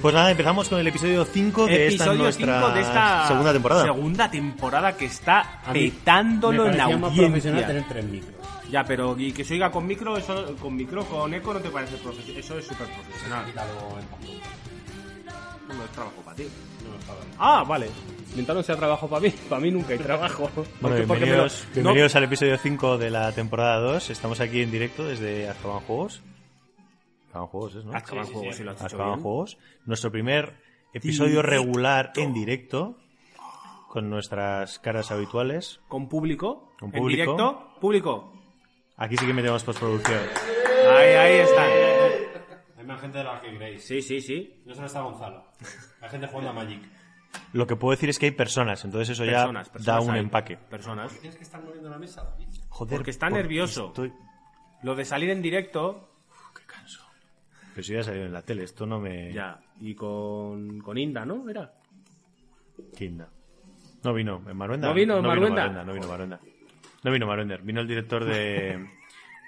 Pues nada, empezamos con el episodio 5 de esta Episodio nuestra 5 de esta segunda temporada. segunda temporada que está A mí petándolo me en la parecía más profesional audiencia. tener tres micros. Ya, pero y que se oiga con micro, eso con micro, con eco no te parece profesional. Eso es súper profesional. Quítalo el pantalón. No es trabajo para ti. No, está bien. Ah, vale. Mientras no sea trabajo para mí, para mí nunca hay trabajo. Bueno, Porque- porque me lo- bienvenidos, no, bienvenidos al episodio 5 de la temporada 2. Estamos aquí en directo desde Azkaban Juegos. Azkaban Juegos es, ¿no? Azkaban Ah, Sí, sí, Juegos, sí. si lo has dicho Azkaban bien. Juegos. Nuestro primer episodio regular en directo con nuestras caras habituales. Con público. Con en público. directo. Público. Aquí sí que metemos postproducción. Ahí, ahí están. Hay más gente de la que creéis. Sí, sí, sí. No solo está Gonzalo. Hay gente jugando a Magic. Lo que puedo decir es que hay personas, entonces eso Personas, ya personas. da un ahí. empaque. Personas. ¿Tienes que estar moviendo la mesa, David? Joder, Porque está por- nervioso. estoy- Lo de salir en directo. Pero si ya salió en la tele, esto no me... Ya. Y con, con Inda, ¿no? Era. Kinda. No vino en Maruenda. No vino en Maruenda. Maruenda, No vino Maruenda. No vino Maruender. Vino el director de.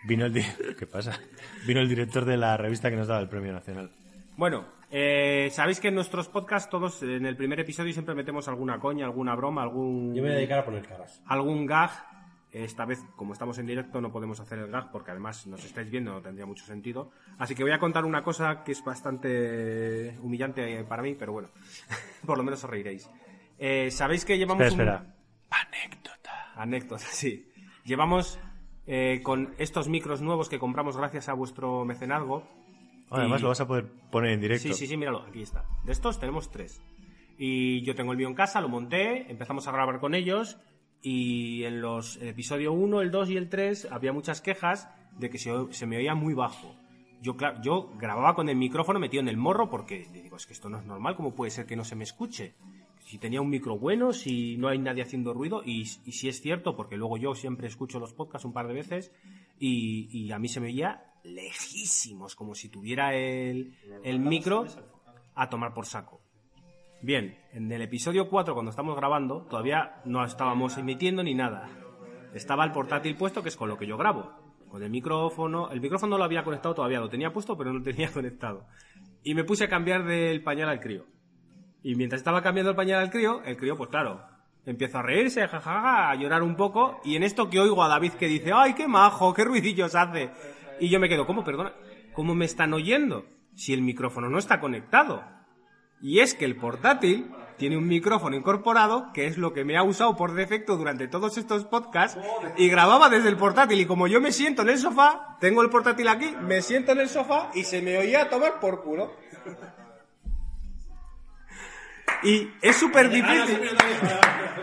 Vino el. di- ¿Qué pasa? Vino el director de la revista que nos daba el premio nacional. Bueno, eh, sabéis que en nuestros podcasts todos eh, en el primer episodio siempre metemos alguna coña, alguna broma, algún Yo me voy a dedicar a poner caras. algún gag. Esta vez, como estamos en directo, no podemos hacer el gag porque además nos estáis viendo, no tendría mucho sentido. Así que voy a contar una cosa que es bastante humillante eh, para mí, pero bueno, por lo menos os reiréis. Eh, Sabéis que llevamos Espera, un- espera. Anécdota. anécdota, sí. Llevamos eh, con estos micros nuevos que compramos gracias a vuestro mecenazgo. Oh, Además y- lo vas a poder poner en directo. Sí, sí, sí, míralo, aquí está. De estos tenemos tres. Y yo tengo el mío en casa, lo monté, empezamos a grabar con ellos y en los el episodio 1, el 2 y el 3 había muchas quejas de que se, o- se me oía muy bajo. Yo, cla- yo grababa con el micrófono metido en el morro porque digo, es que esto no es normal, ¿cómo puede ser que no se me escuche? Si tenía un micro bueno, si no hay nadie haciendo ruido, y, y si es cierto, porque luego yo siempre escucho los podcasts un par de veces y, y a mí se me oía lejísimos, como si tuviera el, el micro a tomar por saco. Bien, en el episodio 4, cuando estamos grabando, todavía no estábamos emitiendo ni nada. Estaba el portátil puesto, que es con lo que yo grabo. Con el micrófono. El micrófono lo había conectado todavía, lo tenía puesto, pero no lo tenía conectado. Y me puse a cambiar del pañal al crío. Y mientras estaba cambiando el pañal al crío, el crío, pues claro, empieza a reírse, jajaja, a llorar un poco. Y en esto que oigo a David que dice, ¡ay, qué majo, qué ruidillos hace! Y yo me quedo, ¿cómo, perdona? ¿Cómo me están oyendo? Si el micrófono no está conectado. Y es que el portátil tiene un micrófono incorporado, que es lo que me ha usado por defecto durante todos estos podcasts, y grababa desde el portátil. Y como yo me siento en el sofá, tengo el portátil aquí, me siento en el sofá y se me oía a tomar por culo. Y es súper difícil.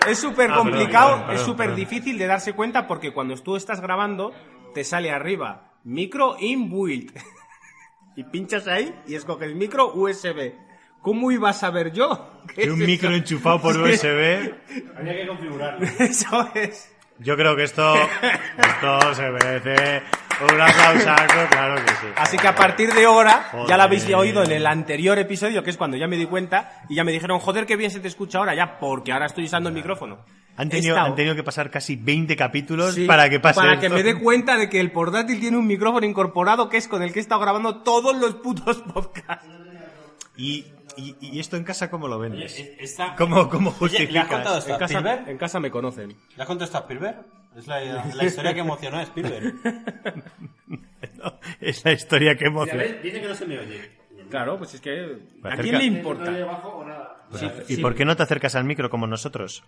Es súper Ah, perdón, complicado, perdón, perdón, es súper perdón. difícil de darse cuenta porque cuando tú estás grabando, te sale arriba micro inbuilt. y pinchas ahí y escoges micro USB. ¿Cómo iba a saber yo? qué Y un es micro eso? enchufado por Sí. USB. Había que configurarlo. Eso es. Yo creo que esto. Esto se merece Un aplausazo, claro que sí. Así que a partir de ahora, Joder. ya la habéis oído en el anterior episodio, que es cuando ya me di cuenta, y ya me dijeron, joder, qué bien se te escucha ahora ya, porque ahora estoy usando el micrófono. Han He tenido, estado- han tenido que pasar casi 20 capítulos Sí, para que pase Para que esto. me dé cuenta de que el portátil tiene un micrófono incorporado que es con el que he estado grabando todos los putos podcasts. y, y- y esto en casa cómo lo vendes? Esta... ¿Cómo, cómo Oye, ¿Le justificas? has contado esto En a casa, Spielberg? en casa me conocen. ¿Le has contado esto a Spielberg? Es la, la historia que emocionó a Spielberg. No, es la historia que Ya emociona. ves, Dice que no se me oye. Claro, pues es que... ¿A Acerca- quién le importa? Sí, ¿Y sí. por qué no te acercas al micro como nosotros?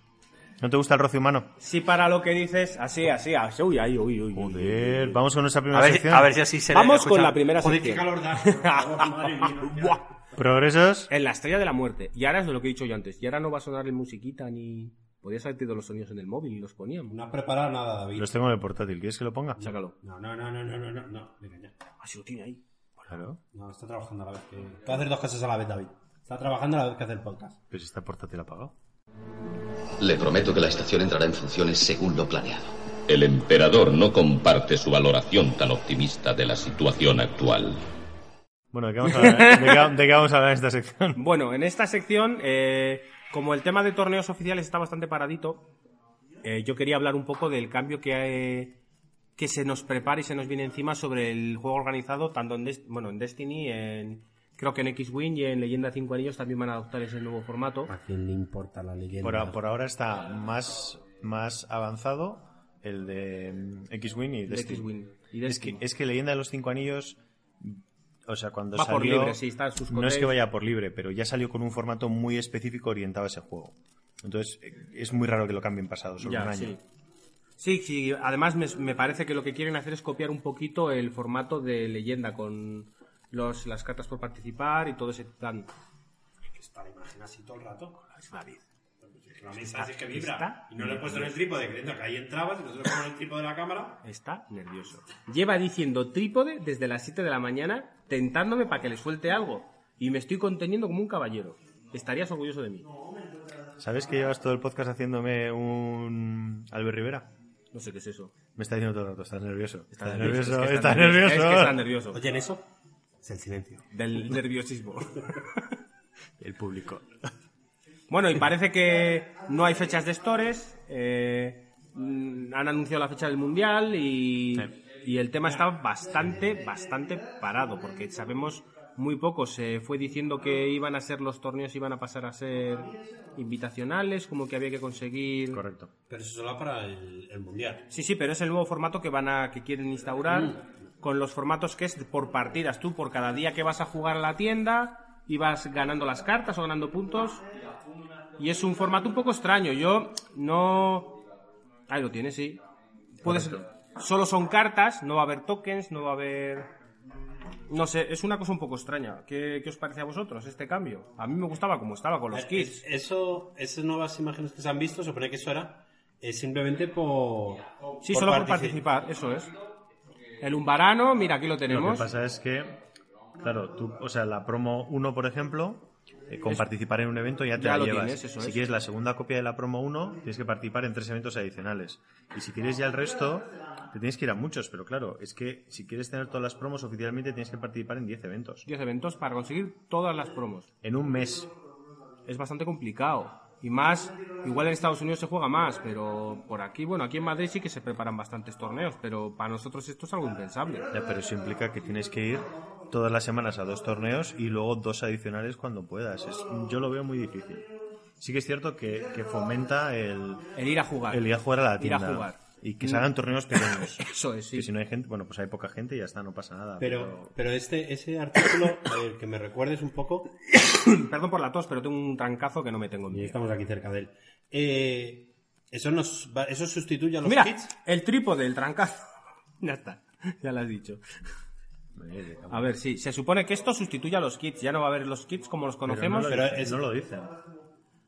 ¿No te gusta el roce humano? Si para lo que dices, así, así, así, uy, ahí, uy, uy, uy. Joder, vamos con nuestra primera A ver, si- sección. a ver si así se le- Vamos escucha. con la primera Joder, qué sección. calor da. por favor, madre mía. Buah. Progresos. En la estrella de la muerte. Y ahora es lo que he dicho yo antes. Y ahora no va a sonar el musiquita ni... Podías haber tenido los sonidos en el móvil y los poníamos. No has preparado nada, David. Los tengo en el portátil. ¿Quieres que lo ponga? Sácalo. No, no, no, no, no, no, no, no. Venga, ya. Así lo tiene ahí. Claro. No, está trabajando a la vez que... Puede hacer dos cosas a la vez, David. Está trabajando a la vez que hace el podcast. Pero si está el portátil apagado. Le prometo que la estación entrará en funciones según lo planeado. El emperador no comparte su valoración tan optimista de la situación actual. Bueno, ¿de qué vamos a hablar, eh? de qué- de qué vamos a hablar en esta sección? Bueno, en esta sección, eh, como el tema de torneos oficiales está bastante paradito, eh, yo quería hablar un poco del cambio que, eh, que se nos prepara y se nos viene encima sobre el juego organizado, tanto en, Des- bueno, en Destiny, en, creo que en X-Wing y en Leyenda 5 Anillos también van a adoptar ese nuevo formato. Ah, ¿A quién le importa la leyenda? Por, a- por ahora está más, más avanzado el de mm, X-Wing y de Destiny. X-Wing y Es que, Destiny. es que Leyenda de los Cinco Anillos, o sea, cuando Va por salió... libre, sí, está en sus no es que cotes. vaya por libre, pero ya salió con un formato muy específico orientado a ese juego. Entonces, eh, es muy raro que lo cambien pasado sobre Ya, un año. sí. Sí, sí, además me, me parece que lo que quieren hacer es copiar un poquito el formato de leyenda con los, las cartas por participar y todo ese plan. Está la imagen así todo el rato. Es una vid. La mesa así que está- vibra. Y no le he puesto en el trípode, creyendo que ahí entrabas y nosotros ponemos el trípode de la cámara. Está nervioso. Lleva diciendo trípode desde las 7 de la mañana, tentándome para que le suelte algo. Y me estoy conteniendo como un caballero. Estarías orgulloso de mí. ¿Sabes que llevas todo el podcast haciéndome un Albert Rivera? No sé qué es eso. Me está diciendo todo el rato, estás nervioso. Estás nervioso, nervioso, es que estás nervioso. Es que está nervioso. ¿Oyen eso? Es el silencio. Del nerviosismo. El público. Bueno, y parece que no hay fechas de stores. eh, mm, han anunciado la fecha del mundial y, y el tema está bastante, bastante parado porque sabemos muy poco. Se fue diciendo que iban a ser los torneos, iban a pasar a ser invitacionales, como que había que conseguir. Correcto. Pero eso solo para el, el mundial. Sí, sí, pero es el nuevo formato que van a que quieren instaurar con los formatos que es por partidas. Tú por cada día que vas a jugar a la tienda y vas ganando las cartas o ganando puntos. Y es un formato un poco extraño. Yo no ahí lo tienes, sí. Puedes solo son cartas, no va a haber tokens, no va a haber no sé, es una cosa un poco extraña. ¿Qué, qué os parece a vosotros este cambio? A mí me gustaba como estaba con los Eh, kits. Ah, Eso, esas nuevas imágenes que se han visto, supone que eso era eh, simplemente por. Sí, solo por partici- participar, eso es. El umbarano, mira, aquí lo Lo que tenemos. pasa es que, claro, tú, o sea, la promo 1, por ejemplo, eh, con participar en un evento ya te Ya la lo llevas. tienes, eso si es. quieres la segunda copia de la promo 1, tienes que participar en tres eventos adicionales. Y si quieres ya el resto, te tienes que ir a muchos, pero claro, es que si quieres tener todas las promos oficialmente tienes que participar en 10 eventos. 10 eventos para conseguir todas las promos. En un mes. Es bastante complicado. Y más, igual en Estados Unidos se juega más, pero por aquí, bueno, aquí en Madrid sí que se preparan bastantes torneos, pero para nosotros esto es algo impensable. Ya, pero eso implica que tienes que ir todas las semanas a dos torneos y luego dos adicionales cuando puedas. Es- yo lo veo muy difícil. Sí que es cierto que, que fomenta el, El ir a jugar. el ir a jugar a la Ir a tienda. jugar. Y que se hagan torneos pequeños. Eso es, sí. Que si no hay gente, bueno, pues hay poca gente y ya está, no pasa nada. Pero, pero este, ese artículo, eh, que me recuerdes un poco, Perdón por la tos, pero tengo un trancazo que no me tengo y miedo. estamos aquí cerca de él. Eh, eso, nos va- eso sustituye a los Mira, kits. el trípode, el trancazo. ya está, ya lo has dicho. A ver, sí, se supone que esto sustituye a los kits, ya no va a haber los kits como los conocemos. no, lo pero dicen, es- no lo dicen.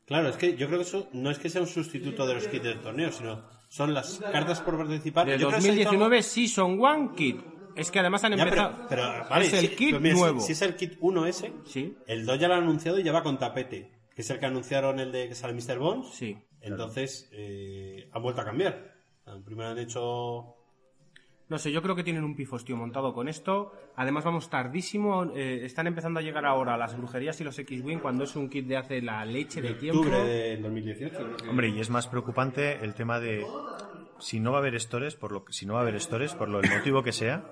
Claro, es que yo creo que eso no es que sea un sustituto de los kits del torneo, sino son las cartas por participar. De Yo creo que se ha hecho 2019 Season One Kit. Es que además han Ya, empezado. pero, pero, vale, es el si- kit pero mira, si- nuevo. Si, es el kit 1 ese, Sí. el 2 ya lo han anunciado y ya va con tapete, que es el que anunciaron el de que sale Mr. Bones. Sí. Entonces, eh, han vuelto a cambiar. Primero han hecho No sé, yo creo que tienen un pifostio montado con esto. Además, vamos tardísimo. eh, están empezando a llegar ahora las brujerías y los X-Wing cuando es un kit de hace la leche del tiempo. Octubre del 2018. creo que- Hombre, y es más preocupante el tema de si no va a haber stores, por lo que- si no va a haber stores, por lo el motivo que sea,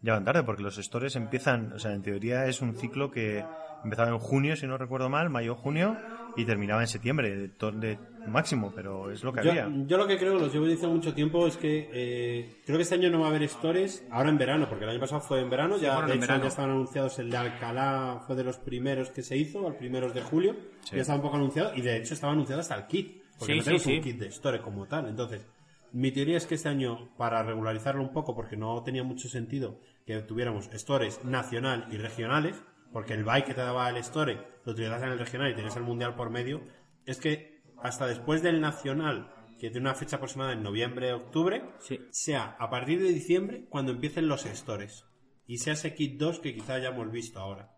ya van tarde, porque los stores empiezan, o sea, en teoría es un ciclo que empezaba en junio, si no recuerdo mal, mayo, junio, y terminaba en septiembre, de, to- de máximo, pero es lo que Yo, había. yo lo que creo, los llevo diciendo mucho tiempo, es que eh, creo que este año no va a haber stores, ahora en verano, porque el año pasado fue en verano, ya, fueron de en hecho, verano. ya estaban anunciados el de Alcalá, fue de los primeros que se hizo, al primeros de julio, Sí. ya estaba un poco anunciado, y de hecho estaba anunciado hasta el kit, porque Sí, no sí, tenemos sí. un kit de stores como tal, entonces... Mi teoría es que este año, para regularizarlo un poco, porque no tenía mucho sentido que tuviéramos stores nacional y regionales, porque el bike que te daba el store lo utilizas en el regional y tenías el mundial por medio, es que hasta después del nacional, que tiene una fecha aproximada en noviembre, octubre, Sí. sea a partir de diciembre cuando empiecen los stores. Y sea ese kit 2 que quizá hayamos visto ahora,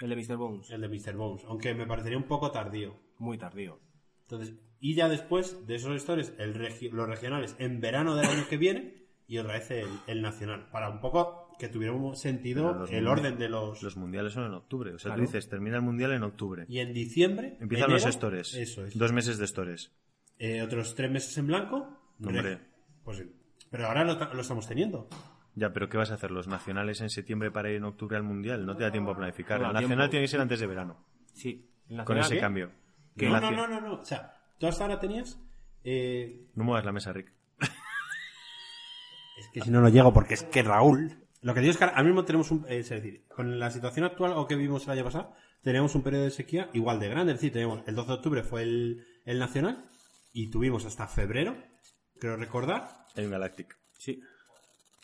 El de Mr. Bones. el de Mr. Bones, aunque me parecería un poco tardío. Muy tardío. Entonces, y ya después de esos stores, el regi- los regionales en verano del año que viene y otra vez el, el nacional. Para un poco que tuviera un sentido Los el mundiales- orden de los... Los mundiales son en octubre, o sea, Claro. tú dices, termina el mundial en octubre. Y en diciembre... Empiezan enero, los stores. Eso es. Dos meses de stores. Eh, otros tres meses en blanco. Hombre. Re- Pues, sí. pero ahora lo, ta- lo estamos teniendo. Ya, pero ¿qué vas a hacer? ¿Los nacionales en septiembre para ir en octubre al mundial? No te da tiempo a planificar. No da el nacional tiempo. tiene que ser antes de verano, Sí. el con nacional, ese ¿eh? cambio. Que El no, no, nacio- no, no, no. O sea, tú hasta ahora tenías... eh, No muevas la mesa, Rick. Es que si no, no llego porque es que Raúl. Lo que digo es que ahora mismo tenemos un. eh, Es decir, con la situación actual o que vivimos el año pasado, tenemos un periodo de sequía igual de grande. Es decir, tenemos el 12 de octubre fue el, el nacional y tuvimos hasta febrero, creo recordar, Hay un Galactic. Sí.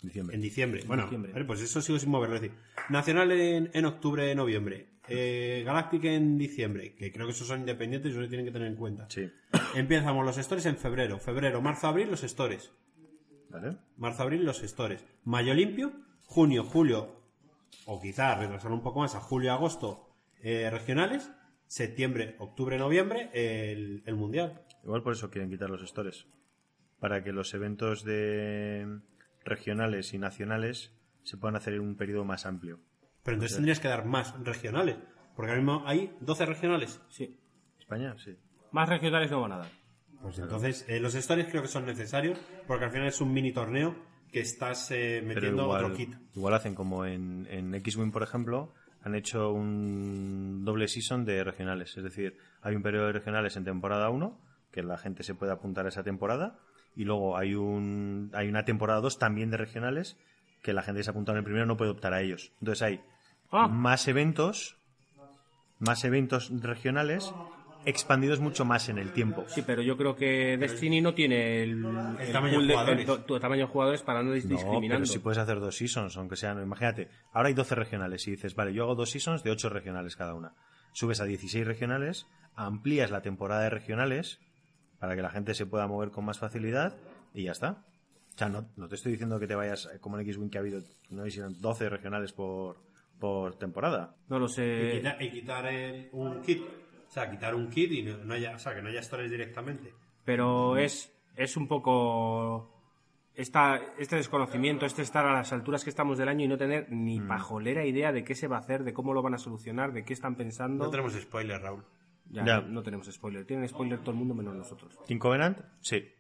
Diciembre. en diciembre. Bueno, diciembre. vale, pues eso sigo sin moverlo. Es decir, nacional en, en octubre, noviembre, eh, Galactic en diciembre, que creo que esos son independientes y eso se tienen que tener en cuenta. Sí. Empezamos los stores en febrero, febrero, marzo, abril, los stores. ¿Vale? marzo, abril los stores. Mayo limpio, junio, julio, o quizás retrasar un poco más a julio, agosto, eh, regionales, septiembre, octubre, noviembre, el, el mundial. Igual por eso quieren quitar los stores. Para que los eventos de regionales y nacionales se puedan hacer en un periodo más amplio. Pero entonces tendrías que dar más regionales, porque ahora mismo hay 12 regionales. Sí. España, sí. Más regionales no van a dar. Pues entonces eh, los stores creo que son necesarios, porque al final es un mini torneo que estás eh, Pero metiendo igual, otro kit. igual hacen como en, en X-Wing, por ejemplo, han hecho un doble season de regionales. Es decir, hay un periodo de regionales en temporada 1, que la gente se puede apuntar a esa temporada, y luego hay, un, hay una temporada 2 también de regionales, que la gente que se ha apuntado en el primero no puede optar a ellos. Entonces hay Ah. más eventos, más eventos regionales expandidos mucho más en el tiempo. Sí, pero yo creo que Destiny no tiene el, el tamaño pool de el jugadores. do- tu- tamaño de jugadores para no No, discriminar. pero si puedes hacer dos seasons, aunque sean, imagínate, ahora hay 12 regionales y dices, vale, yo hago dos seasons de 8 regionales cada una. Subes a 16 regionales, amplías la temporada de regionales para que la gente se pueda mover con más facilidad y ya está. O sea, no, no te estoy diciendo que te vayas eh, como en X-Wing que ha habido, no sé si eran 12 regionales por, por temporada. No lo eh, Y sé. quita- y quitar el- un kit. O sea, quitar un kit y no, no haya, o sea, que no haya stores directamente. Pero es, es un poco. Esta, este desconocimiento, este estar a las alturas que estamos del año y no tener ni pajolera idea de qué se va a hacer, de cómo lo van a solucionar, de qué están pensando. No tenemos spoiler, Raúl. Ya, Ya. no tenemos spoiler. Tienen spoiler todo el mundo menos nosotros. ¿King Covenant? Sí.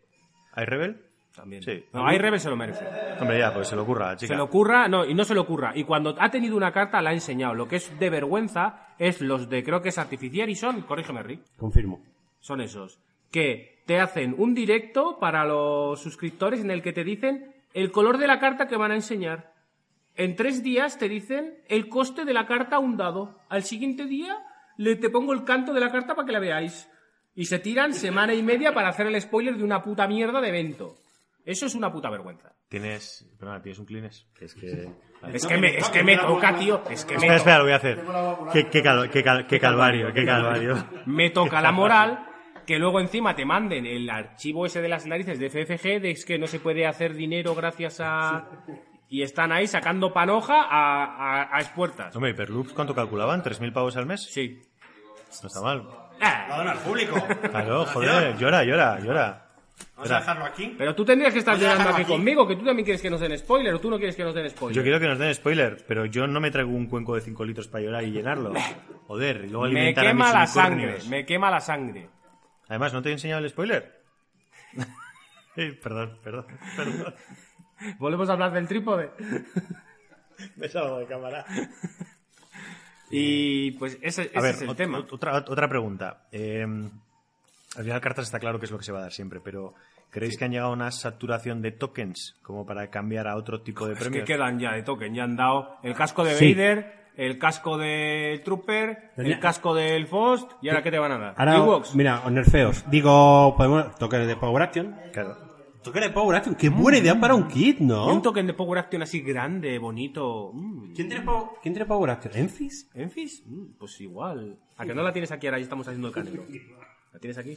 ¿Hay Rebel? También. Sí. No, hay Rebel se lo merece. Hombre, ya, pues se lo ocurra, chica. Se le ocurra, no, y no se le ocurra. Y cuando ha tenido una carta la ha enseñado. Lo que es de vergüenza es los de, creo que es artificial y son, corrígeme Rick, Confirmo. son esos, que te hacen un directo para los suscriptores en el que te dicen el color de la carta que van a enseñar. En tres días te dicen el coste de la carta a un dado. Al siguiente día le te pongo el canto de la carta para que la veáis. Y se tiran semana y media para hacer el spoiler de una puta mierda de evento. Eso es una puta vergüenza. Tienes, perdona, tienes un Kleenex. Que es que... Es que me, es que me toca, tío. Es que Espera, me, espera, lo to- voy a hacer. Qué, qué cal- qué cal- qué calvario, qué calvario. me toca la moral que luego encima te manden el archivo ese de las narices de FFG de es que no se puede hacer dinero gracias a... Y están ahí sacando panoja a, a, a expuertas. Hombre, Hyperloops, ¿cuánto calculaban? ¿3.000 pavos al mes? Sí. No está mal. Ah, al público! Claro, joder, llora, llora, llora. Vamos a dejarlo aquí. Pero tú tendrías que estar Voy a llorando aquí dejarlo aquí. conmigo, que tú también quieres que nos den spoiler, o tú no quieres que nos den spoiler. Yo quiero que nos den spoiler, pero yo no me traigo un cuenco de 5 litros para llorar y llenarlo. Joder, y luego me alimentar a mis quema la sangre, unicornios. me quema la sangre. Además, ¿no te he enseñado el spoiler? Eh, perdón, perdón, perdón. Volvemos a hablar del trípode. Me salgo de cámara. Y pues ese, ese A ver, es el ot- tema. ot- Otra, otra pregunta. Eh, al final, cartas está claro que es lo que se va a dar siempre, pero ¿creéis que han llegado a una saturación de tokens como para cambiar a otro tipo de Es que premios? quedan ya de token, ya han dado el casco de Sí. Vader, el casco del Trooper, el Tenía- casco del Fost, y ahora qué te van a dar? Ahora, Ewoks. mira, nerfeos. Digo, podemos toque de Power Action. Claro. Toque de Power Action, qué buena idea para un kit, Y un ¿no? token de Power Action así grande, bonito. Mm. ¿Quién tiene, po- ¿Quién tiene Power Action? ¿Enfis? ¿Enfis? Mm, pues igual. ¿A que no la tienes aquí ahora? Ya estamos haciendo el canelo. ¿La tienes aquí?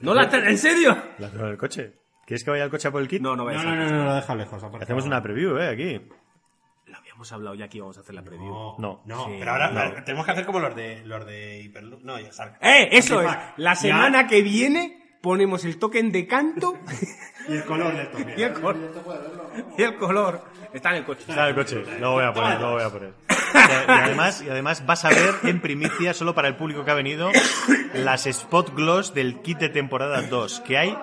¡No la tienes! ¿En serio? La tengo en el coche. ¿Quieres que vaya al coche a por el kit? No, no No, vayas no, a no, no, lo deja lejos. aparte. Hacemos una preview, ¿eh? Aquí. La habíamos hablado ya que íbamos a hacer la preview. No, No. no, Sí, pero ahora no. ahora tenemos que hacer como los de los de Hyperloop. No, ya sabes. ¡Eh! Eso es. Antipack. La Ya. semana que viene ponemos el token de canto Y el color del y el, toque. col- y el color. Está en el coche. Está en el coche. Lo voy a poner, lo voy a poner. Y y además, y además vas a ver en primicia, solo para el público que ha venido, las spot gloss del kit de temporada 2, que hay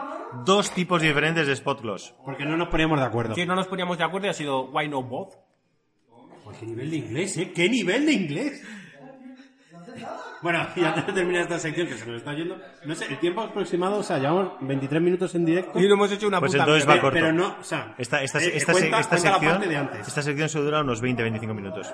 dos tipos diferentes de spot gloss. Porque no nos poníamos de acuerdo. Que no nos poníamos de acuerdo y ha sido Why No Bob. Pues qué nivel de inglés, ¿eh? ¡Qué nivel de inglés! Bueno, ya antes de terminar esta sección que se nos está yendo, no sé, el tiempo aproximado, o sea, llevamos 23 minutos en directo. Y no hemos hecho una Pues puta entonces mierda. va corto. Pero no, o sea, Esta, esta, eh, esta, cuenta- esta cuenta la sección, parte de antes. esta sección se dura unos 20-25 minutos.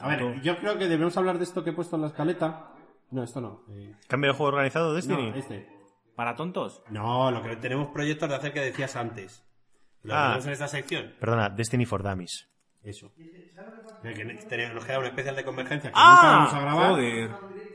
A ver, yo creo que debemos hablar de esto que he puesto en la escaleta. No, esto no. eh, ¿Cambio de juego organizado, Destiny? no, este. Para tontos. No, lo que tenemos proyectos de hacer que decías antes. Lo Ah. tenemos en esta sección. Perdona, Destiny for Dummies. Eso. Mira que tenemos- Nos queda un especial de convergencia que ¡Ah! nunca vamos a grabar. Joder.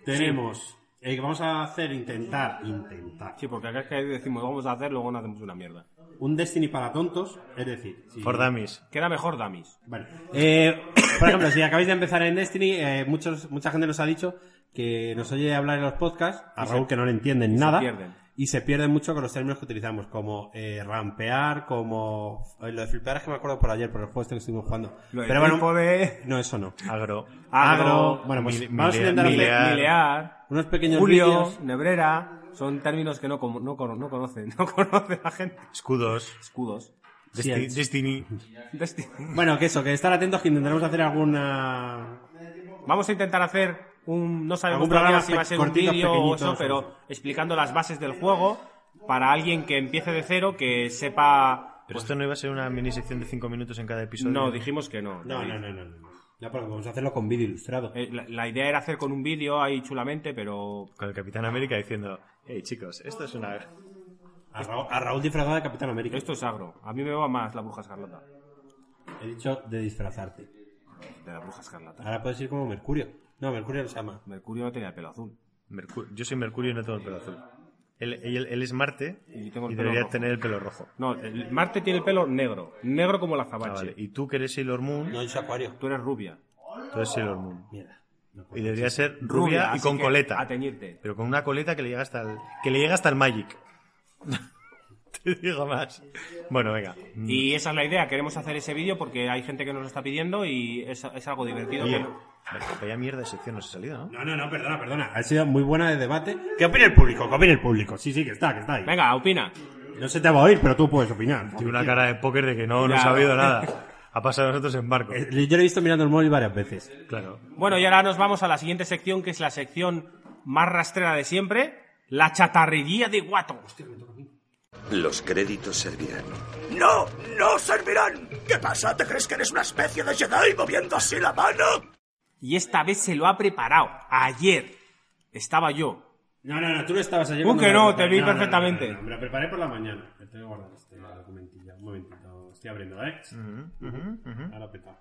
Tenemos. eh, que vamos a hacer intentar, intentar. Sí, porque acá es que decimos vamos a hacer, luego no hacemos una mierda. Un Destiny para tontos, es decir. si- For Dummies. Queda mejor Damis. Vale. Eh, por ejemplo, si acabáis de empezar en Destiny, eh, muchos, mucha gente nos ha dicho que nos oye hablar en los podcasts, a Raúl que no le entienden se nada, pierden. y se pierden mucho con los términos que utilizamos, como eh, rampear, como... eh, Lo de flipear es que me acuerdo por ayer, por el juego este que estuvimos jugando. Lo del Pero bueno, tipo de- no, eso no. Agro. Agro, Bueno, pues mil- vamos a milea- intentar hacer milear. Milear, unos pequeños Julio, vídeos. Nebrera, son términos que no, como- no, cono- no conocen, no conoce la gente. Escudos. Escudos. Desti- Sí, Destiny. Desti- Bueno, que eso, que estar atentos que intentaremos hacer alguna... Vamos a intentar hacer un, no sabemos Algún todavía programa si va a ser un cortito, vídeo o pequeñito, eso, eso, pero eso. explicando las bases del juego para alguien que empiece de cero, que sepa... Pero esto Pues- no iba a ser una mini sección de 5 minutos en cada episodio. No, dijimos que no. No, no, no, no. no. Ya, porque vamos a hacerlo con vídeo ilustrado. Eh, La, la idea era hacer con un vídeo ahí chulamente, pero... Con el Capitán América diciendo, hey chicos, esto es una... A, Raúl, a Raúl disfrazado de Capitán América. Esto es agro. A mí me va más la bruja escarlata. He dicho de disfrazarte. De la bruja Ah. escarlata. Ahora puedes ir como Mercurio. No, Mercurio no se llama. Mercurio no tenía el pelo azul. Mercu- yo soy Mercurio y no tengo el pelo azul. Él, él- él es Marte Y y, tengo el pelo debería rojo. tener el pelo rojo. No, el- Marte tiene el pelo negro. Negro como la Ah, zabache. vale. Y tú que eres Sailor Moon, No, yo soy Acuario. Tú eres rubia. tú eres Sailor Moon. Mierda. No puedo. Y debería ser rubia, y así con que coleta. A teñirte. Pero con una coleta que le llega hasta el, que le llega hasta el Magic. Te digo más. Bueno, venga. Y esa es la idea. Queremos hacer ese vídeo porque hay gente que nos lo está pidiendo y es, es algo divertido. que Oye, no- vaya mierda de sección nos ha salido, ¿no? No, no, no, perdona, perdona. Ha sido muy buena de debate. ¿Qué opina el público? ¿Qué opina el público? Sí, sí, que está, que está ahí. Venga, opina. No se te va a oír, pero tú puedes opinar. Tiene una cara de póker de que no, no Ya. ha sabido nada. Ha pasado a nosotros en barco. Eh, Yo lo he visto mirando el móvil varias veces. Claro. Bueno, y ahora nos vamos a la siguiente sección, que es la sección más rastrera de siempre. La chatarrería de guato. Los créditos servirán. ¡No! ¡No servirán! ¿Qué pasa? ¿Te crees que eres una especie de Jedi moviendo así la mano? Y esta vez se lo ha preparado. Ayer estaba yo. No, no, no, tú no estabas allí. Uh, cuando que me no, lo preparé. te vi No, no, no, perfectamente. no, no, no, Me lo preparé por la mañana. Te tengo que guardar este documentillo. Un momentito. Estoy abriendo, ¿eh? Ahora peta.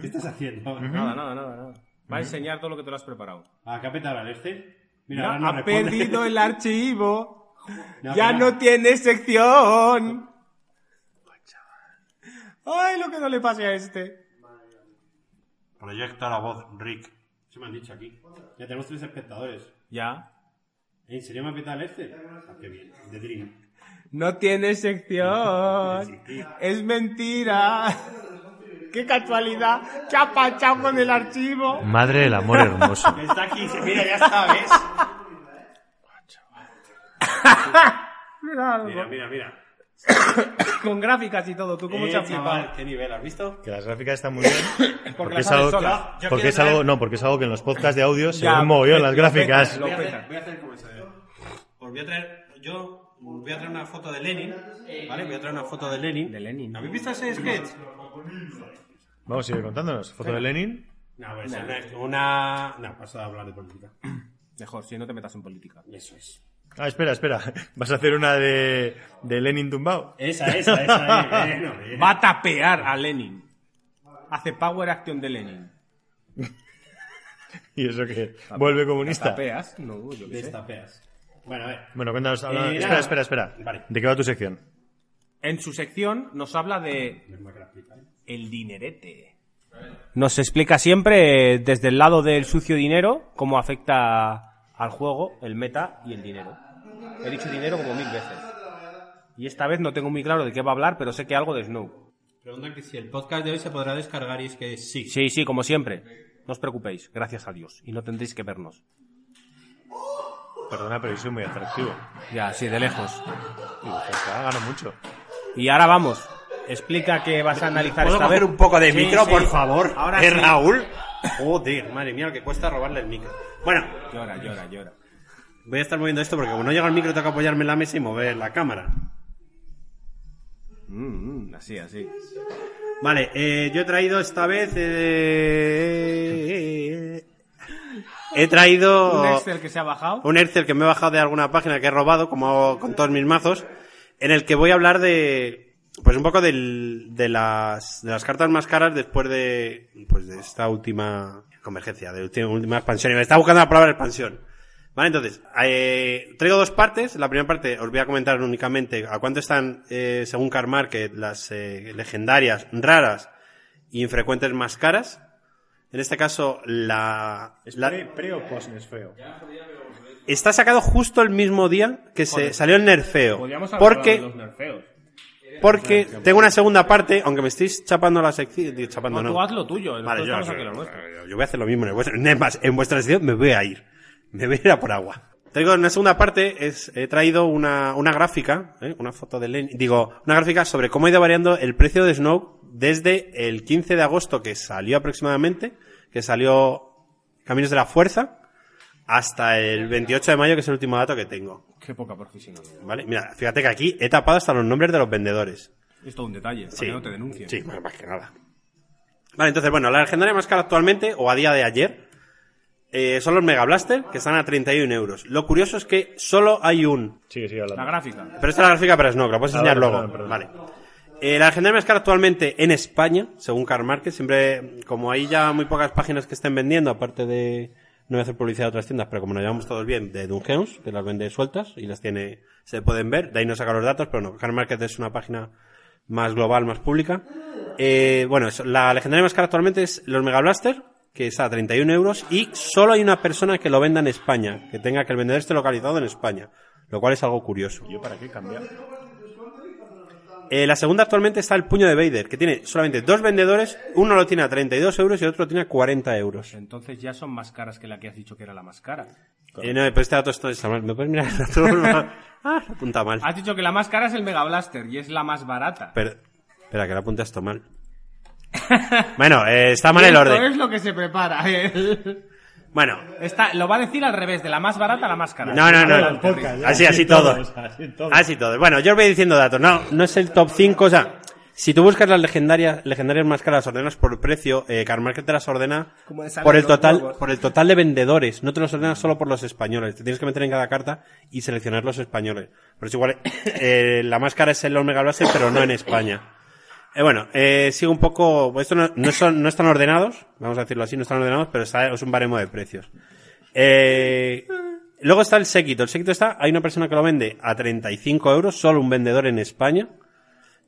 ¿Qué estás haciendo? Nada, nada, nada, nada. Va a enseñar todo lo que te lo has preparado. ¿A Ah, qué apeta ahora el este? Mira, Ya ahora no ha responde. perdido el archivo. No, ya que no. no. tiene sección. Ay, lo que no le pase a este. Proyecta la voz, Rick. Se me han dicho aquí. Ya tenemos tres espectadores. Ya. ¿En serio me ha petado el este? Ah, qué bien. The Dream. No tiene sección. Es mentira. Qué casualidad. ¿Qué ha pachado con el archivo? Madre del amor hermoso. Está aquí, dice, mira, ya está, ¿ves? Mira algo. Mira, mira, mira. Con gráficas y todo. ¿Tú cómo Eh, te has chaval, flipado? ¿Qué nivel has visto? Que las gráficas están muy bien. Porque, Porque las es haces algo, sola. Yo- yo porque quiero es algo, saber- no, porque es algo que en los podcasts de audio se Ya, ven mogollón lo las peta, gráficas. lo Voy a peta. hacer, voy a hacer como esa yo. Os Pues voy a traer, yo os voy a traer una foto de Lenin, ¿vale? Voy a traer una foto de Lenin. De Lenin. ¿Habéis visto ese sketch? Vamos, sigue contándonos. Foto de Lenin. No, pues una... una... No, pasa a hablar de política. Mejor, si no te metas en política. Eso es. Ah, espera, espera. Vas a hacer una de, de Lenin tumbao. Esa, esa, esa. eh, bueno, bien. Va a tapear a Lenin. Hace power action de Lenin. Y eso que vuelve comunista. ¿Tapeas? No, yo qué sé. Destapeas. Bueno, a ver. Bueno, cuéntanos. habla- Eh, espera, nada. espera, espera. Vale. ¿De qué va tu sección? En su sección nos habla de No es más que la explica, ¿eh? el dinerete. Nos explica siempre eh, desde el lado del sucio dinero cómo afecta al juego, el meta y el dinero. He dicho dinero como mil veces. Y esta vez no tengo muy claro de qué va a hablar, pero sé que algo de Snow. Preguntan que si el podcast de hoy se podrá descargar y es que sí. Sí, sí, como siempre. No os preocupéis, gracias a Dios. Y no tendréis que vernos. Perdona, pero yo soy muy atractivo. Ya, sí, de lejos. Uy, pues, ah, gano mucho. Y ahora vamos. Explica qué vas a analizar ¿Puedo esta coger vez. un poco de Sí, micro, sí. por favor? Ahora ¿Eh, sí. Raúl? Joder, madre mía, lo que cuesta robarle el micro. Bueno, Llora, llora, llora. voy a estar moviendo esto porque como no llega el micro, tengo que apoyarme en la mesa y mover la cámara. Mm, mm, así, así. Vale, eh, yo he traído esta vez. eh, he traído. Un Excel que se ha bajado. un Excel que me he bajado de alguna página que he robado, como hago con todos mis mazos, en el que voy a hablar de, pues un poco del- de, las, de las cartas más caras después de, pues de esta última convergencia, de la última, última expansión. Y me estaba buscando la palabra expansión. Vale, entonces, eh, traigo dos partes. La primera parte os voy a comentar únicamente a cuánto están, eh, según Carmarket, las eh, legendarias, raras y infrecuentes más caras. En este caso, la... la- o post feo? Está sacado justo el mismo día que se salió el nerfeo. Podríamos hablar de Porque, los nerfeos. porque tengo una segunda parte, aunque me estéis chapando la sección. digo, Chapando, No, no. tú haz lo tuyo. nosotros Vale, yo, estamos yo- aquí en lo nuestro. yo voy a hacer lo mismo en vuestra. Es más, en vuestra sección me voy a ir. Me voy a ir a por agua. Traigo en una segunda parte, es, he traído una, una gráfica, ¿eh? una foto de Lenin, digo, una gráfica sobre cómo ha ido variando el precio de Snow desde el 15 de agosto que salió aproximadamente, que salió Caminos de la Fuerza, hasta el 28 de mayo, que es el último dato que tengo. Qué poca profesionalidad. Vale, mira, fíjate que aquí he tapado hasta los nombres de los vendedores. Es todo un detalle, para que no te denuncien. Sí, más, más que nada. Vale, entonces, bueno, la legendaria más cara actualmente, o a día de ayer, eh, son los Mega Blaster, que están a 31 euros. Lo curioso es que solo hay un. Sigue, sigue La hablando. gráfica. Pero esta es la gráfica para Snow, que la puedes Ah, enseñar vale, luego. perdón, perdón. Vale. Eh, la legendaria más cara actualmente en España, según Karl Market, siempre, como hay ya muy pocas páginas que estén vendiendo, aparte de. No voy a hacer publicidad de otras tiendas, pero como nos llevamos todos bien, de Dungeons, que las vende sueltas y las tiene, se pueden ver. De ahí no saca los datos, pero no, Karl Market es una página más global, más pública. Eh, bueno, eso, la legendaria más cara actualmente es los Mega Blaster, que está a 31 euros, y solo hay una persona que lo venda en España, que tenga que el vendedor esté localizado en España, lo cual es algo curioso. ¿Yo para qué cambiar? Eh, la segunda actualmente está el puño de Vader, que tiene solamente dos vendedores, uno lo tiene a 32 euros y el otro lo tiene a 40 euros. Entonces ya son más caras que la que has dicho que era la más cara. Eh, no, pero este dato está, está mal. ¿Me puedes mirar el dato? ah, lo apunta mal. Has dicho que la más cara es el Mega Blaster y es la más barata. Per- espera, que lo apunta esto mal. Bueno, eh, está mal el Esto orden. es lo que se prepara. Bueno, Está, lo va a decir al revés, de la más barata a la más cara. no, no, no. Así, así todo. Así todo. Así Ah, todo. Bueno, yo os voy diciendo datos. No, no es el top 5. O sea, si tú buscas las legendarias, legendarias más caras, ordenas por precio, eh, Car Market te las ordena Como de salen por el los total, huevos. por el total de vendedores. No te los ordenas solo por los españoles. Te tienes que meter en cada carta y seleccionar los españoles. Por eso igual, eh, la más cara es el Omega Blaster, pero no en España. Eh, bueno, eh, sigo un poco. Esto no, no son, no están ordenados, vamos a decirlo así, no están ordenados, pero está- es un baremo de precios. Eh, luego está el séquito. El séquito está, hay una persona que lo vende a 35 euros, solo un vendedor en España.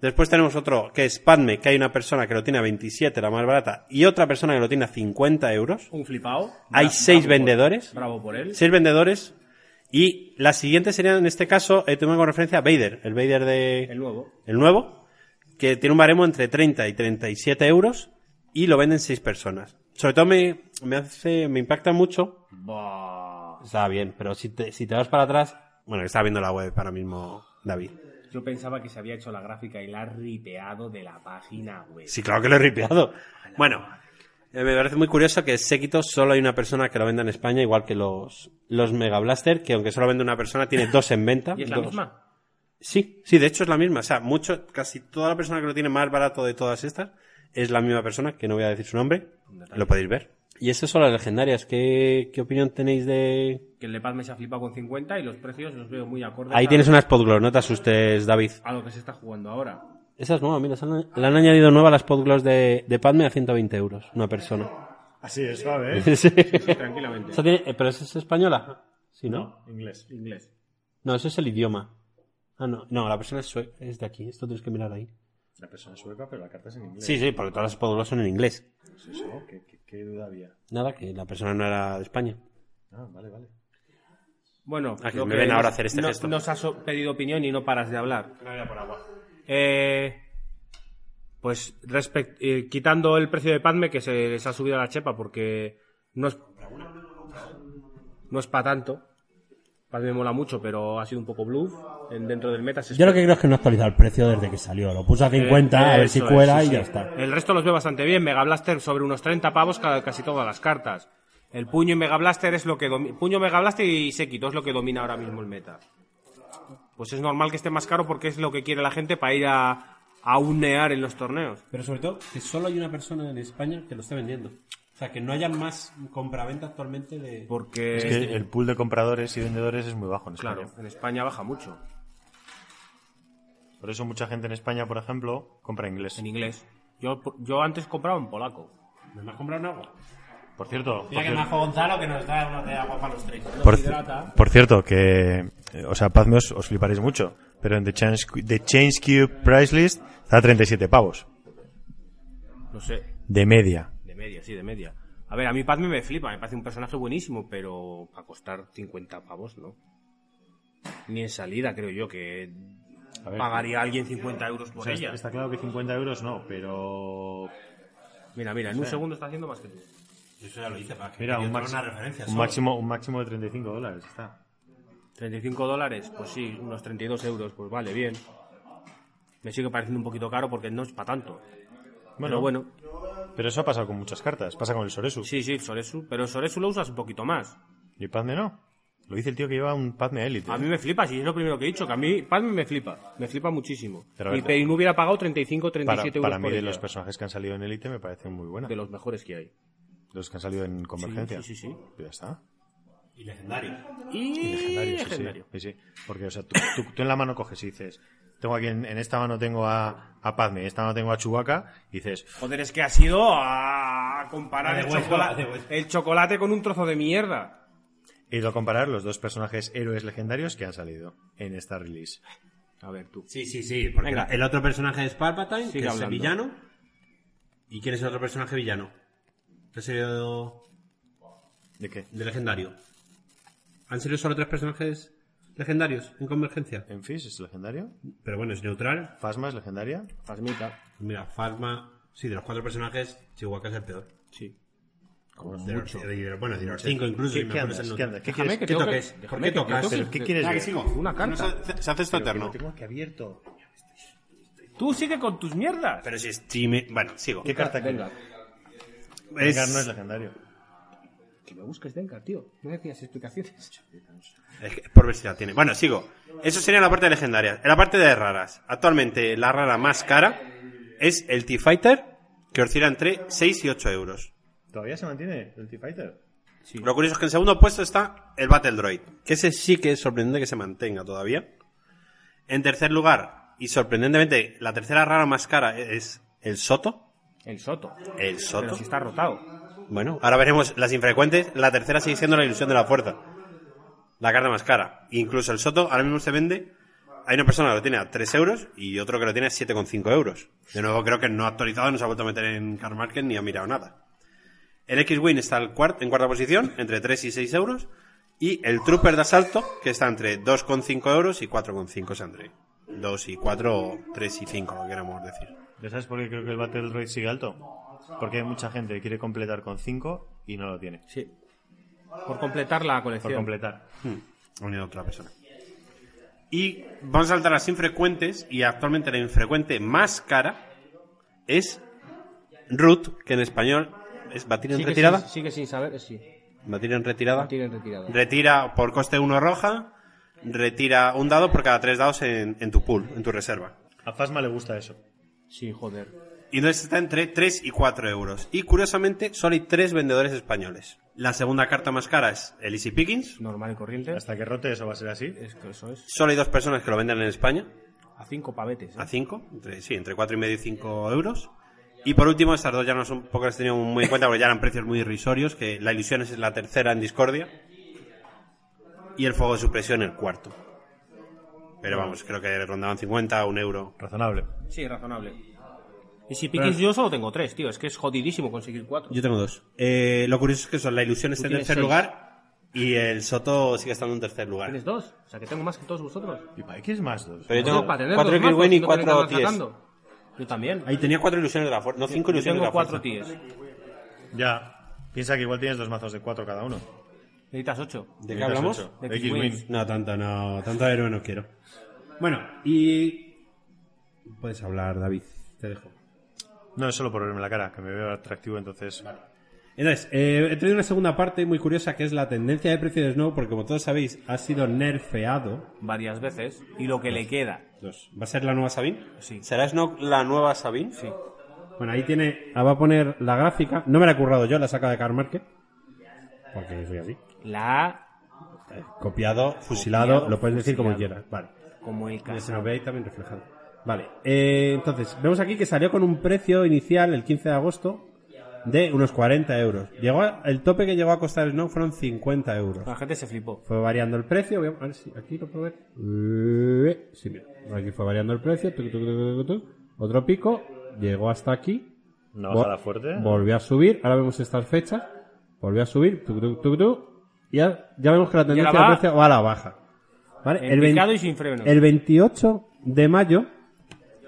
Después tenemos otro que es Padme, que hay una persona que lo tiene a 27, la más barata, y otra persona que lo tiene a 50 euros. Un flipao. Hay Bra- seis bravo vendedores. por- bravo por él. Seis vendedores. Y la siguiente sería, en este caso, eh, tengo como referencia a Vader, el Vader de... El nuevo. el nuevo, que tiene un baremo entre 30 y 37 euros y lo venden 6 personas. Sobre todo me, me hace, me impacta mucho. Está bien, pero si te, si te vas para atrás, bueno, está viendo la web ahora mismo David. Yo pensaba que se había hecho la gráfica y la ha ripeado de la página web. Sí, claro que lo he ripeado. Bueno, eh, me parece muy curioso que séquito solo hay una persona que lo venda en España, igual que los, los Mega Blaster, que aunque solo vende una persona, tiene dos en venta. ¿Y es la dos. misma? Sí, sí, de hecho es la misma. O sea, mucho, casi toda la persona que lo tiene más barato de todas estas es la misma persona, que no voy a decir su nombre. Lo podéis ver. Y eso son las legendarias. ¿Qué, qué opinión tenéis de...? Que el de Palme se ha flipado con 50 y los precios los veo muy acordes Ahí a, tienes unas podglows, no te asustes, David. a lo que se está jugando ahora. Esas nuevas, mira, se han- le han añadido nuevas las podglows de, de Padme a 120 euros, una persona. Así es, suave, ¿eh? Sí. Tranquilamente. Esa tiene- eh, ¿Pero esa es española? Sí, ¿no? Inglés. Inglés. No, eso es el idioma. Ah, no, no, la persona es, sue- es de aquí, esto tienes que mirar ahí. La persona es sueca, pero la carta es en inglés. Sí, sí, porque todas las podglows son en inglés. Pues eso, ¿qué, qué- qué duda había? Nada, que la persona no era de España. Ah, vale, vale. Bueno, Ah, que lo me ven nos- ahora hacer este no- gesto. Nos has pedido opinión y no paras de hablar. Eh, pues respect- eh, quitando el precio de Padme, que se les ha subido a la chepa porque no es, no es para tanto. Padme mola mucho, pero ha sido un poco bluff en- dentro del meta. se Yo lo espera- que creo es que no ha actualizado el precio desde que salió. Lo puso a 50, Eh, a ver eso si es, cuela sí, y sí. ya está. El resto los veo bastante bien. Mega Blaster sobre unos 30 pavos cada, casi todas las cartas. El puño y Mega Blaster es lo que domi- puño Mega Blaster y Sekito es lo que domina ahora mismo el meta. Pues es normal que esté más caro porque es lo que quiere la gente para ir a, a unear en los torneos. Pero sobre todo, que solo hay una persona en España que lo está vendiendo. O sea, que no haya más compraventa actualmente de... Porque Es que el pool de compradores y vendedores es muy bajo en España. claro, en España baja mucho Por eso mucha gente en España, por ejemplo, compra inglés. en inglés. Yo yo antes compraba en polaco. ¿Me has comprado un agua? Por cierto, por, Mira que cier- Majo Gonzalo que nos da una de agua para los tres. por ci- por cierto, que... eh, O sea, Pazme os, os fliparéis mucho, pero en The Change, The Change Cube Price List está a 37 pavos, No sé, de media. de media, sí, de media. A ver, a mí Padme me flipa, me parece un personaje buenísimo, pero a costar 50 pavos, ¿no? Ni en salida, creo yo, que A ver. pagaría a alguien 50 euros por O sea, ella. Pues está claro que 50 euros no, pero... Mira, mira, en un segundo está haciendo más que tú. Eso ya lo hice, para que Mira, yo un, tenga máximo- una referencia. un, solo. máximo, un máximo de 35 dólares está. 35 dólares, pues sí, unos 32 euros, pues vale, bien. Me sigue pareciendo un poquito caro porque no es para tanto. Pero bueno, Pero eso ha pasado con muchas cartas, pasa con el Soresu. sí, sí, Soresu, pero Soresu lo usas un poquito más. ¿Y Padme no? Lo dice el tío que lleva un Padme Elite. ¿eh? A mí me flipa, si es lo primero que he dicho, que a mí Padme me flipa, me flipa muchísimo. Pero a ver, y Perinu hubiera pagado 35, para, 37 euros para mí, por de ella. los personajes que han salido en Elite, me parecen muy buenas. de De los mejores que hay. los que han salido en Convergencia. sí, sí, sí. Ya está. Y legendario. Y Legendario, sí, sí. Sí, sí. Porque, o sea, tú, tú- tú en la mano coges y dices, tengo aquí, en, en esta mano tengo a, a Padme, en esta mano tengo a Chewbacca, y dices, Joder, es que ha sido a comparar De el, hueso, chocolate, de hueso. el chocolate con un trozo de mierda. he ido a comparar los dos personajes héroes legendarios que han salido en esta release. A ver, tú. Sí, sí, sí. Porque Venga. el otro personaje es Palpatine, Sigue que hablando. es villano. ¿Y quién es el otro personaje villano? Que ha sido ¿De qué? de legendario. ¿Han salido solo tres personajes legendarios en convergencia? Enfish es legendario, Pero bueno, es neutral. Phasma es legendaria, Fasmita. Mira, Farma... Sí, de los cuatro personajes, Chihuahua es el peor. Sí. como De los- mucho. de- de- bueno, de los cinco incluso. ¿Qué- y me qué andas? pones el ¿Qué neutral. andas? ¿Qué Déjame quieres que ver? toques? Déjame ¿Por qué que tocas? toques. ¿Pero qué quieres Dale, ver? sigo. Una carta. No se, se hace esto eterno. tengo aquí abierto. Tú sigue con tus mierdas. Pero si es Steam... Bueno, sigo. ¿Qué carta quieres? Venga. Es- Dengar no es legendario. Que me busques, venga, tío. No decías explicaciones. Es que Por ver si la tiene. Bueno, sigo. Eso sería la parte de legendarias. En la parte de raras. Actualmente, la rara más cara es el T-Fighter, que oscila entre 6 y 8 euros. ¿Todavía se mantiene el T-Fighter? Lo curioso es que en segundo puesto está el Battle Droid, que ese sí que es sorprendente que se mantenga todavía. En tercer lugar, y sorprendentemente, la tercera rara más cara es el Soto. El Soto. El Pero Soto. si está rotado. Bueno, ahora veremos las infrecuentes. La tercera sigue siendo la ilusión de la fuerza. La carta más cara. Incluso el Soto ahora mismo se vende. Hay una persona que lo tiene a 3 euros y otro que lo tiene a 7,5 euros. De nuevo, creo que no ha actualizado, no se ha vuelto a meter en Car Market ni ha mirado nada. El X-Wing está al cuart- en cuarta posición, entre 3 y 6 euros. Y el Trooper de asalto, que está entre 2,5 euros y 4,5 Sandrey. 2 y 4 o 3 y 5, lo que queramos decir. ¿Ya sabes por qué creo que el Battle Royale sigue alto? Porque hay mucha gente que quiere completar con 5 y no lo tiene. Sí. Por completar la Por colección. completar. Hmm, ha venido otra persona. Y vamos a saltar a las infrecuentes, y actualmente la infrecuente más cara es Root, que en español es batir en Sigue retirada. ¿Ah? sin- Sigue sin saber, eh, sí. Batir en retirada. Tienen retirada. Retira por coste 1 roja, retira un dado por cada 3 dados en, en tu pool, en tu reserva. A Fasma le gusta eso. Sí, joder. Y entonces está entre 3 y 4 euros. Y curiosamente, solo hay 3 vendedores españoles. La segunda carta más cara es el Easy Pickings. Normal y corriente. Hasta que rote eso va a ser así. Es que eso es. Solo hay dos personas que lo venden en España, A cinco pavetes. ¿eh? a 5, entre, sí, entre 4 y medio y 5 euros. Y por último, estas dos ya no son poco las he tenido muy en cuenta porque ya eran precios muy irrisorios, que la ilusión es la tercera en Discordia. Y el fuego de supresión el cuarto. Pero vamos, creo que rondaban 50, un euro. Razonable. Sí, razonable. Y si piques yo solo tengo tres, tío. Es que es jodidísimo conseguir cuatro. Yo tengo dos. Eh, lo curioso es que son la ilusión está en tienes seis. tercer lugar y el Soto sigue estando en tercer lugar. Tienes dos. O sea que tengo más que todos vosotros. ¿Y para qué es más dos? Pero yo tengo No, para tener cuatro dos mazos, Kirwin y no tener que cuatro andar Ties. sacando. Yo también. Ahí tenía cuatro ilusiones de la fuerza, no cinco Eh, Yo ilusiones tengo de la cuatro fuerza. tíes. Ya. Piensa que igual tienes dos mazos de cuatro cada uno. Necesitas ocho. ¿De qué hablamos? Ocho. De De X-Wing. X-Wing. No, tanto, no, tanto héroe no quiero. Bueno, y... Puedes hablar, David, te dejo. No, es solo por verme la cara, que me veo atractivo, entonces... Entonces, eh, he traído una segunda parte muy curiosa que es la tendencia de precio de Snow, porque como todos sabéis, ha sido nerfeado. Varias veces. Y lo que le queda. Dos. ¿Va a ser la nueva Sabine? Sí. ¿Será Snow la nueva Sabine? Sí. Bueno, ahí tiene, ah, va a poner la gráfica. No me la he currado yo, la saca de Karl Market. Porque soy así. La A Copiado, fusilado, Copiado, lo puedes decir como fusilado. quieras. Vale. como el Que se caso. nos ve ahí también reflejado. Vale. eh, entonces, vemos aquí que salió con un precio inicial el 15 de agosto de unos 40 euros. Llegó a- el tope que llegó a costar el no fueron 50 euros. La gente se flipó. Fue variando el precio. voy A a ver si aquí lo puedo ver. Eh, Sí, mira. Aquí fue variando el precio. tuc, tuc, tuc, tuc, tuc. Otro pico. Llegó hasta aquí. Una Vol- bajada fuerte. Volvió a subir, ahora vemos estas fechas. Volvió a subir, tuc, tuc, tuc, tuc. Y ya, ya vemos que la tendencia va- del precio va a la baja. ¿Vale? En picado vein- y sin freno. el 28 de mayo,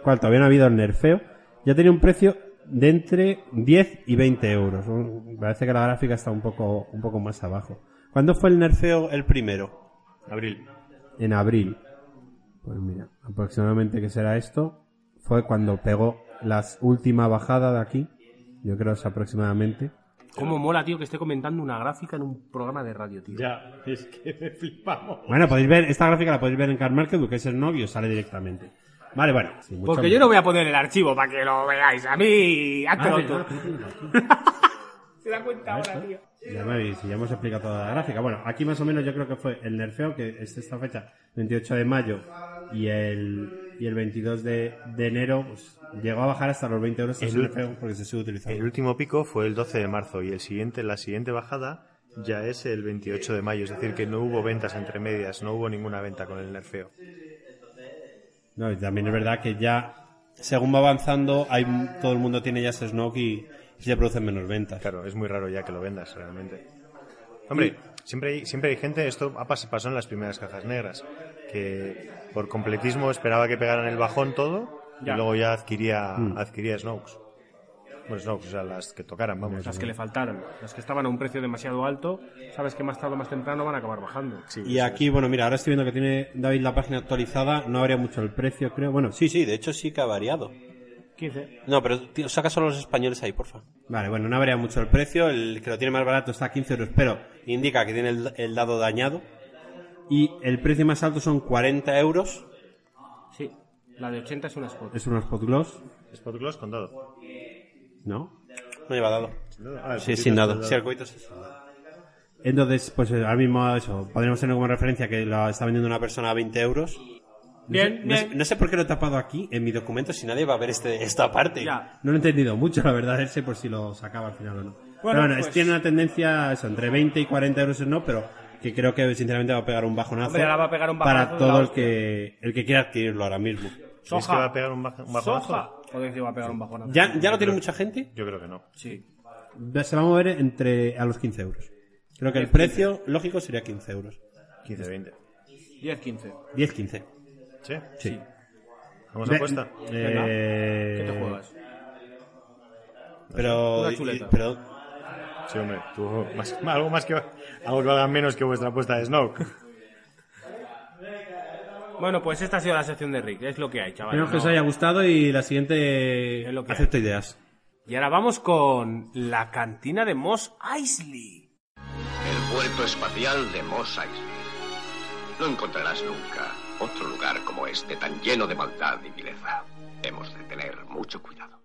cual todavía no ha habido el nerfeo, ya tenía un precio de entre 10 y 20 euros. Un- Parece que la gráfica está un poco, un poco más abajo. ¿Cuándo fue el nerfeo el primero? Abril. En abril. Pues mira, aproximadamente que será esto, fue cuando pegó la última bajada de aquí. Yo creo que es aproximadamente. Cómo mola, tío, que esté comentando una gráfica en un programa de radio, tío. Ya, es que me flipamos. Bueno, podéis ver, esta gráfica la podéis ver en Car Market, que es el novio, sale directamente. Vale, bueno. sin mucho Porque yo no voy a poner el archivo para que lo veáis. A mí, a Ah, Toronto. verdad. Se da cuenta ahora, tío. Ya me habéis, ya hemos explicado toda la gráfica. Bueno, aquí más o menos yo creo que fue el nerfeo, que es esta fecha, 28 de mayo, y el, y el 22 de, de enero, pues, llegó a bajar hasta los 20 euros el El- nerfeo porque se sigue utilizando. El último pico fue el 12 de marzo y el siguiente, la siguiente bajada ya es el 28 de mayo. Es decir, que no hubo ventas entre medias, no hubo ninguna venta con el nerfeo. No, y también es verdad que ya, según va avanzando, hay, todo el mundo tiene ya ese Snoke y se producen menos ventas. Claro, es muy raro ya que lo vendas realmente. Hombre, siempre hay, siempre hay gente, esto ha pas- pasó en las primeras cajas negras, que por completismo esperaba que pegaran el bajón todo y luego ya adquiría, Mm. adquiría Snokes. Bueno, Snokes, o sea, las que tocaran, vamos. Las que le faltaron, las que estaban a un precio demasiado alto, sabes que más tarde o más temprano van a acabar bajando. Sí, Y eso aquí, bueno, mira, ahora estoy viendo que tiene David la página actualizada, no habría mucho el precio, creo. Bueno, sí, sí, de hecho sí que ha variado. 15. No, pero saca solo los españoles ahí, porfa. Vale, bueno, no varía mucho el precio. El que lo tiene más barato está a 15 euros, pero indica que tiene el, el dado dañado. Y el precio más alto son 40 euros. Sí, la de 80 es una spot. Es unos spot gloss, es. Spot gloss con dado. ¿no? No lleva dado. Sin dado. Ah, el Sí, puntito sin es dado. con Sí, el cubito sí, sin dado. Entonces, pues eh, ahora mismo eso, podríamos tener como referencia que lo está vendiendo una persona a 20 euros. No sé- Bien, no sé, bien. no sé por qué lo he tapado aquí en mi documento si nadie va a ver este, esta parte. Ya. No lo he entendido mucho, la verdad, ese por si lo sacaba al final o no. pero bueno, es- pues- tiene una tendencia eso, entre 20 y 40 euros en no, pero que creo que sinceramente va a pegar un bajonazo, Hombre, ahora va a pegar un para bajonazo de la todo el hostia. que, el que quiera adquirirlo ahora mismo. ¿Crees que va a pegar un baja- un bajonazo? Soja. Joder, que va a pegar un bajonazo. ¿Ya, ya lo tiene mucha gente? Yo creo que no. Sí. Se va a mover entre a los 15 euros. Creo que el precio lógico sería 15 euros. 15, 20. 10, 15. 10, 15. ¿Sí? Sí. Vamos Ve- a apuesta. Pues Venga. Eh, ¿Qué te juegas? Pero, Una chuleta. y- pero Sí, hombre, tú, más- algo más que algo que valga menos que vuestra apuesta de Snoke. Bueno, pues esta ha sido la sección de Rick. Es lo que hay, chavales. espero que no. os haya gustado y la siguiente Es lo que acepto ideas. Y ahora vamos con la cantina de Moss Eisley. El puerto espacial de Mos Eisley. No encontrarás nunca otro lugar como este tan lleno de maldad y vileza. Hemos de tener mucho cuidado.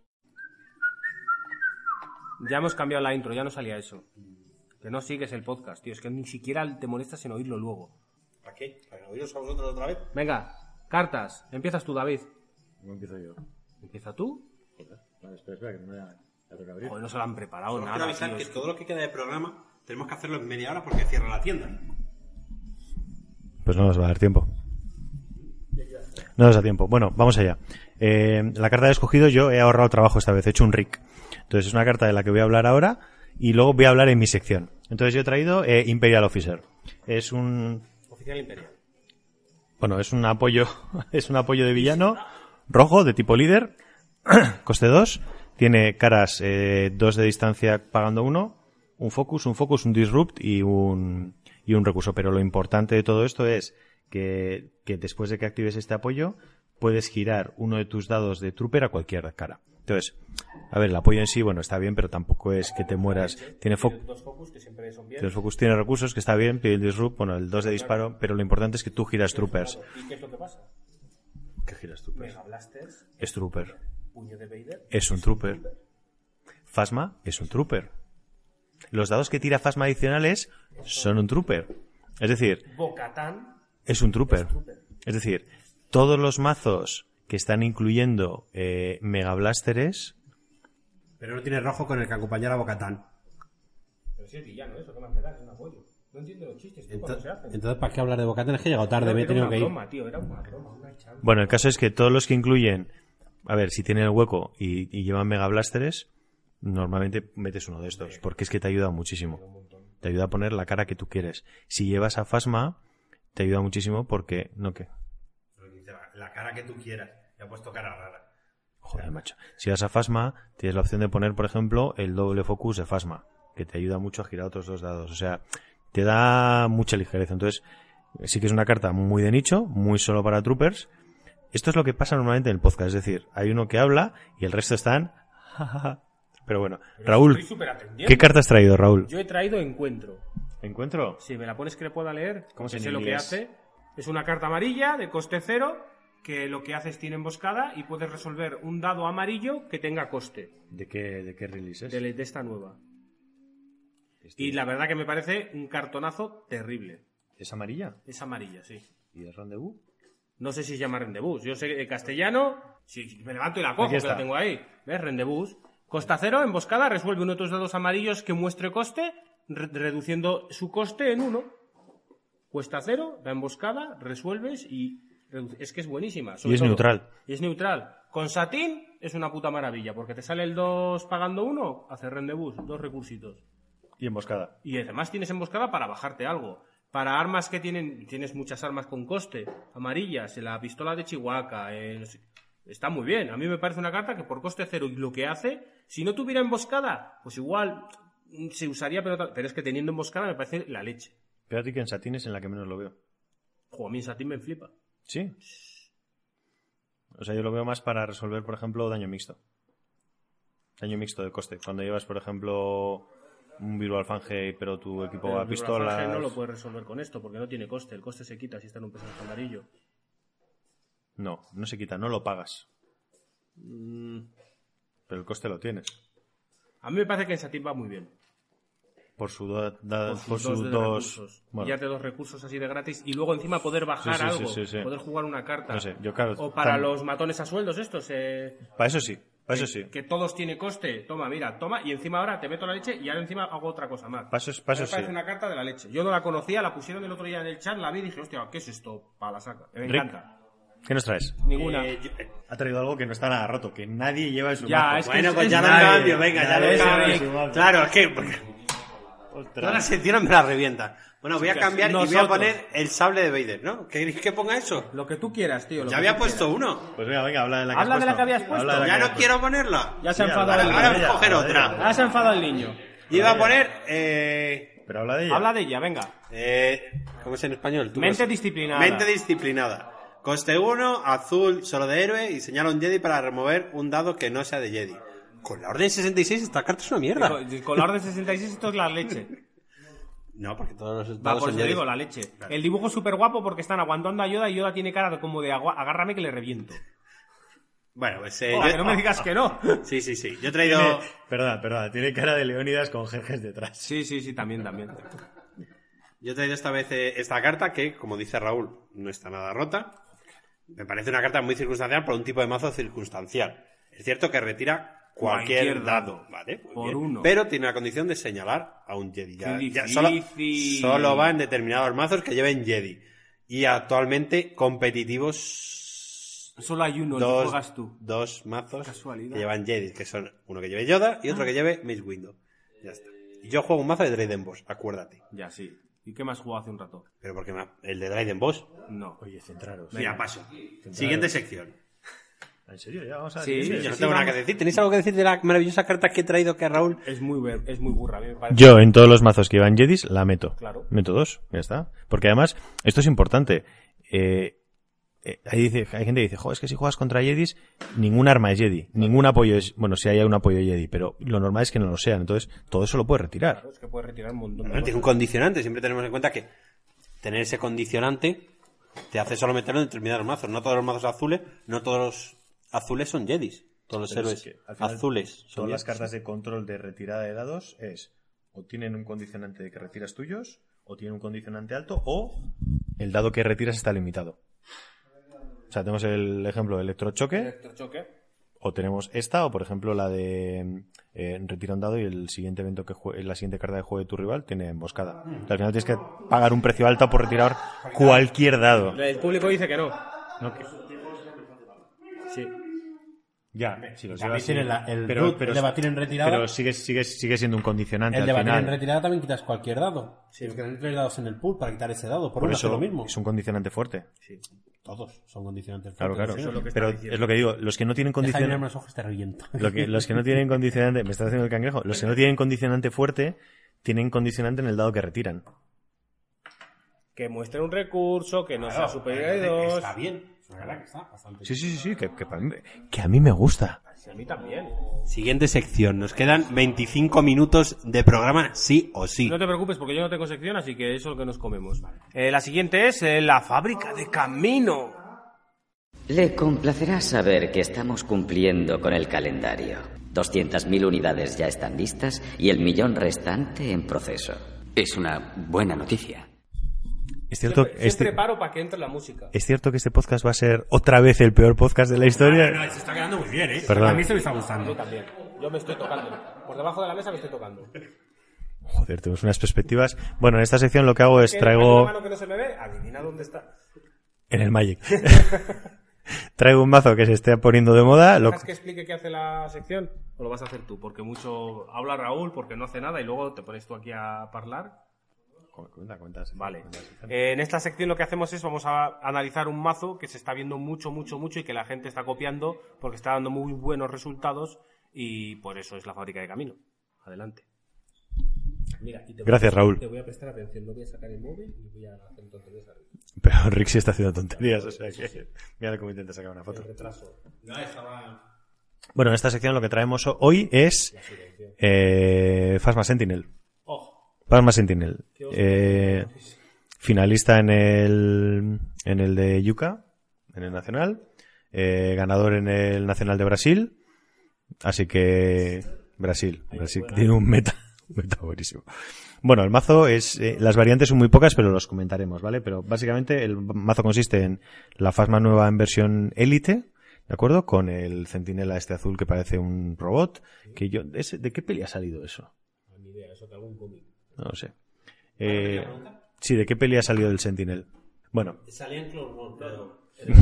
Ya hemos cambiado la intro, ya no salía eso. Que no sigues el podcast, tío. Es que ni siquiera te molestas en oírlo luego. ¿Para qué? ¿Para oíros a vosotros otra vez? Venga, cartas. Empiezas tú, David. No empiezo yo. Empieza tú. Vale, espera, espera, que no me la, la tengo que abrir. Joder, no se lo han preparado Tenemos que nada, avisar tío. que Es- todo lo que queda de programa tenemos que hacerlo en media hora porque cierra la tienda. Pues no nos va a dar tiempo. No nos da tiempo. Bueno, vamos allá. Eh, la carta que he escogido yo he ahorrado trabajo esta vez, he hecho un RIC. Entonces es una carta de la que voy a hablar ahora y luego voy a hablar en mi sección. Entonces yo he traído eh, Imperial Officer. Es un... Oficial Imperial. Bueno, es un apoyo, es un apoyo de villano rojo de tipo líder, coste 2, tiene caras 2 de distancia pagando 1, un focus, un focus, un disrupt y un, y un recurso. Pero lo importante de todo esto es que, que después de que actives este apoyo, puedes girar uno de tus dados de trooper a cualquier cara. Entonces, a ver, el apoyo en sí, bueno, está bien, pero tampoco es que te mueras. Tiene focus. Dos focus que siempre son bien. El focus tiene recursos, que está bien, pide el disrupt, bueno, el 2 de disparo, pero lo importante es que tú giras troopers. ¿Y qué es lo que pasa? ¿Qué giras troopers? Mega Blasters, Es trooper. puño de Vader. Es un trooper. Fasma es un trooper. Los dados que tira Fasma adicionales son un trooper. Es decir, Bocatán. es un trooper. Es decir, todos los mazos que están incluyendo eh, Mega Blasteres Pero no tiene rojo con el que acompañar a Bocatán. Pero si es villano eso, ¿qué más me da? Es un apoyo. No entiendo los chistes, tío, cuando se hacen. Entonces, ¿para qué hablar de Bocatán? Es que he llegado tarde, Creo me he que era tenido una que ir. broma, tío, era una broma, una chamba. Bueno, el caso es que todos los que incluyen, a ver, si tienen el hueco y, y llevan Mega Blasters, normalmente metes uno de estos, porque es que te ayuda muchísimo. Te ayuda a poner la cara que tú quieres. Si llevas a Fasma, te ayuda muchísimo porque, no que, La cara que tú quieras. Le ha puesto cara rara. joder, macho. Si vas a Fasma, tienes la opción de poner, por ejemplo, el doble focus de Fasma, que te ayuda mucho a girar otros dos dados. O sea, te da mucha ligereza. Entonces, sí que es una carta muy de nicho, muy solo para troopers. Esto es lo que pasa normalmente en el podcast, es decir, hay uno que habla y el resto están. Pero bueno, Raúl, Estoy súper atendiendo. ¿qué carta has traído, Raúl? Yo he traído Encuentro. ¿Encuentro? Si me la pones que le pueda leer, ¿Cómo que se sé llama lo que inglés? hace. Es una carta amarilla de coste cero que lo que hace es tiene emboscada y puedes resolver un dado amarillo que tenga coste ¿De qué, de qué release es? Este de, de esta nueva. Y la verdad que me parece un cartonazo terrible. ¿Es amarilla? Es amarilla, sí. ¿Y es rendezvous? No sé si se llama rendezvous. Yo sé que en castellano, si me levanto y la cojo, Aquí que está. la tengo ahí. ¿Ves? Rendezvous. Costa cero, emboscada, resuelve uno de tus dados amarillos que muestre coste, re- reduciendo su coste en uno. Cuesta cero, la emboscada, resuelves y... redu- Es que es buenísima. sobre Y es todo. neutral. Y es neutral. Con Satín es una puta maravilla, porque te sale el 2 pagando uno, hace rendezvous, dos recursitos. Y emboscada. Y además tienes emboscada para bajarte algo. Para armas que tienen, tienes muchas armas con coste. Amarillas, la pistola de Chihuahua. eh, no sé. está muy bien. A mí me parece una carta que por coste cero y lo que hace, si no tuviera emboscada, pues igual mm, se usaría, pero, ta- pero es que teniendo emboscada me parece la leche. Fíjate que en Satín es en la que menos lo veo. Juego a mí en Satín me flipa. Sí. O sea, yo lo veo más para resolver, por ejemplo, daño mixto. Daño mixto de coste. Cuando llevas, por ejemplo, un virus alfanje, pero tu equipo Pero va a el pistola. Rafael no lo puedes resolver con esto, porque no tiene coste. El coste se quita si está en un peso amarillo. No, no se quita, no lo pagas. Mm. Pero el coste lo tienes. A mí me parece que en Satín va muy bien. Por su, da- da- Con sus por Ah, sus dos de dos. recursos. bueno, Pillarte dos recursos así de gratis y luego encima poder bajar Sí, sí, sí, algo, sí, sí. poder jugar una carta. No sé, yo, claro, o para tam- los matones a sueldos estos, eh, para eso sí, para eso sí. que todos tiene coste. Toma, mira, toma y encima ahora te meto la leche y ahora encima hago otra cosa más. Para eso, para eso me sí. parece una carta de la leche. Yo no la conocía, la pusieron el otro día en el chat, la vi y dije, hostia, ¿qué es esto? Para la saca. Me Rick. encanta. ¿Qué nos traes? Ninguna. Eh, Ha traído algo que no está nada roto, que nadie lleva en su Ya, mazo. es que Bueno, es- pues es ya lo nadie. cambio, venga, ya Nadie lo sabe. cambio. Claro, es que. Ostras. Ahora si tiran me la revientan. Bueno, voy a Chicas, cambiar y voy a nosotros. poner el sable de Vader, ¿no? ¿Queréis que ponga eso? Lo que tú quieras, tío. lo que Ya había tú puesto quieras. uno. Pues venga, venga, habla de la que Habla has de la que habías puesto. Habla de la Ya que no has quiero ponerla. Ya se ha Sí, enfadado habla el de niño. Ahora voy ella, a coger habla de otra. ella. Ahora se ha enfadado el niño. Yo iba a Vale. poner... Eh, Pero habla de ella. Habla de ella, venga. eh, ¿Cómo es en español? Tú Mente lo- disciplinada. Mente disciplinada. Coste 1, azul, solo de héroe y señala un Jedi para remover un dado que no sea de Jedi. Con la Orden 66 esta carta es una mierda. Con- Con la orden 66 esto es la leche. No, porque todos los Va, dados por eso son Jedi. digo, la leche. El dibujo es súper guapo porque están aguantando a Yoda y Yoda tiene cara de- como de agua- agárrame que le reviento. Bueno, pues... eh, Joder, yo- que no me digas que no. Sí, sí, sí. Yo Tiene- he traído... Perdón, perdón, tiene cara de Leónidas con jerjes detrás. Sí, sí, sí, también, también. Yo he traído esta vez eh, esta carta que, como dice Raúl, no está nada rota. Me parece una carta muy circunstancial por un tipo de mazo circunstancial. Es cierto que retira cualquier, Cualquier dado, dado. ¿vale? Muy Por bien. uno. Pero tiene la condición de señalar a un Jedi. Ya, Qué ya solo, difícil. solo va en determinados mazos que lleven Jedi. Y actualmente competitivos Solo hay uno, el que dos, juegas tú. dos mazos Casualidad. Ah. que llevan Jedi, que son uno que lleve Yoda y otro que lleve Miss Window. Ya está. Y yo juego un mazo de Draiden Boss, acuérdate. Ya, sí. ¿Y qué más jugó hace un rato? Pero porque me ha- el de Draiden Boss. No. Oye, centraros. Mira, paso. Siguiente sección. ¿En serio? Ya vamos a Sí, decir. Yo no sí, tengo nada que vamos. decir. ¿Tenéis algo que decir de la maravillosa carta que he traído que a Raúl? Es muy, ver- es muy burra, a mí me parece. Yo en todos los mazos que iban Jedis la meto. Claro. Meto dos, ya está. Porque además, esto es importante. Eh, eh, ahí dice, hay gente que dice, jo, es que si juegas contra Jedis, ningún arma es Jedi, ningún apoyo es, bueno, si hay un apoyo Jedi, pero lo normal es que no lo sean. Entonces, todo eso lo puedes retirar. Claro, es que puedes retirar un montón de Bueno, tiene un cosas. condicionante. Siempre tenemos en cuenta que tener ese condicionante te hace solo meterlo en determinados mazos. No todos los mazos azules, no todos los azules son Jedis. Todos los Pero héroes es que, al final, azules son Todas las Jedis. cartas de control de retirada de dados es o tienen un condicionante de que retiras tuyos, o tienen un condicionante alto, o el dado que retiras está limitado. O sea, tenemos el ejemplo de electrochoque, Electrochoque. o tenemos esta, o por ejemplo la de eh, retira un dado y el siguiente evento que jue- la siguiente carta de juego de tu rival tiene emboscada. O sea, al final tienes que pagar un precio alto por retirar cualquier dado. El público dice que no. No, que- Sí. Ya, si lo llevas, tiene sí. la- el Pero- root, pero- el debatir en retirada. Pero sigue, sigue, sigue siendo un condicionante El al de batir final. en retirada también quitas cualquier dado. Tienes que tener tres dados en el pool para quitar ese dado. Por, Por una eso hace lo mismo. es un condicionante fuerte. Todos son condicionantes. Claro, fuertes, claro. ¿sí? Pero es lo que digo, los que no tienen Deja de mirarme condicionante... los ojos, te reviento. lo que- los que no tienen condicionante... Me estás haciendo el cangrejo. Los que no tienen condicionante fuerte, tienen condicionante en el dado que retiran. Que muestre un recurso, que no sea superior a Entonces, dos. Está bien. Es una verdad que está bastante Sí, sí, sí, sí, que, que para mí- que a mí me gusta. A mí también. Siguiente sección. Nos quedan 25 minutos de programa, sí o sí. No te preocupes porque yo no tengo sección, así que eso es lo que nos comemos. Eh, la siguiente es eh, la fábrica de camino. Le complacerá saber que estamos cumpliendo con el calendario. 200.000 unidades ya están listas y el millón restante en proceso. Es una buena noticia. Es cierto, siempre este- siempre paro para que entre la música. es cierto que este podcast va a ser otra vez el peor podcast de la historia. se está quedando muy bien, ¿eh? Perdón. A mí se me está A mí gustando. también. Yo me estoy tocando. Por debajo de la mesa me estoy tocando. Joder, tenemos unas perspectivas. Bueno, en esta sección lo que hago es Hay una traigo... mano que no se me ve? Adivina dónde está. En el Magic. traigo un mazo que se esté poniendo de moda. Lo... ¿Dejas que explique qué hace la sección? ¿O lo vas a hacer tú? Porque mucho habla Raúl, porque no hace nada y luego te pones tú aquí a hablar. Vale. Eh, en esta sección lo que hacemos es vamos a analizar un mazo que se está viendo mucho, mucho, mucho y que la gente está copiando porque está dando muy buenos resultados y por eso es la fábrica de camino. Adelante. Mira, y te voy- Gracias, Raúl. te voy a prestar atención, no voy a sacar el móvil y voy a hacer tonterías arriba. Pero Rick sí está haciendo tonterías, o sea que. Mira cómo intenta sacar una foto. Bueno, en esta sección lo que traemos ho- hoy es. Eh, Phasma Sentinel. Phasma Sentinel. Eh, finalista en el. En el de Yuka, en el Nacional. Eh, ganador en el Nacional de Brasil. Así que. Brasil. Brasil que tiene un meta. Un meta buenísimo. Bueno, el mazo es. eh, las variantes son muy pocas, pero los comentaremos, ¿vale? Pero básicamente el mazo consiste en la Fasma nueva en versión élite, ¿de acuerdo? Con el centinela este azul que parece un robot. Que yo, ese- ¿De qué peli ha salido eso? No lo sé. Eh, sí, ¿de qué peli ha salido el sentinel? Bueno, Salía en Clone Wars, pero-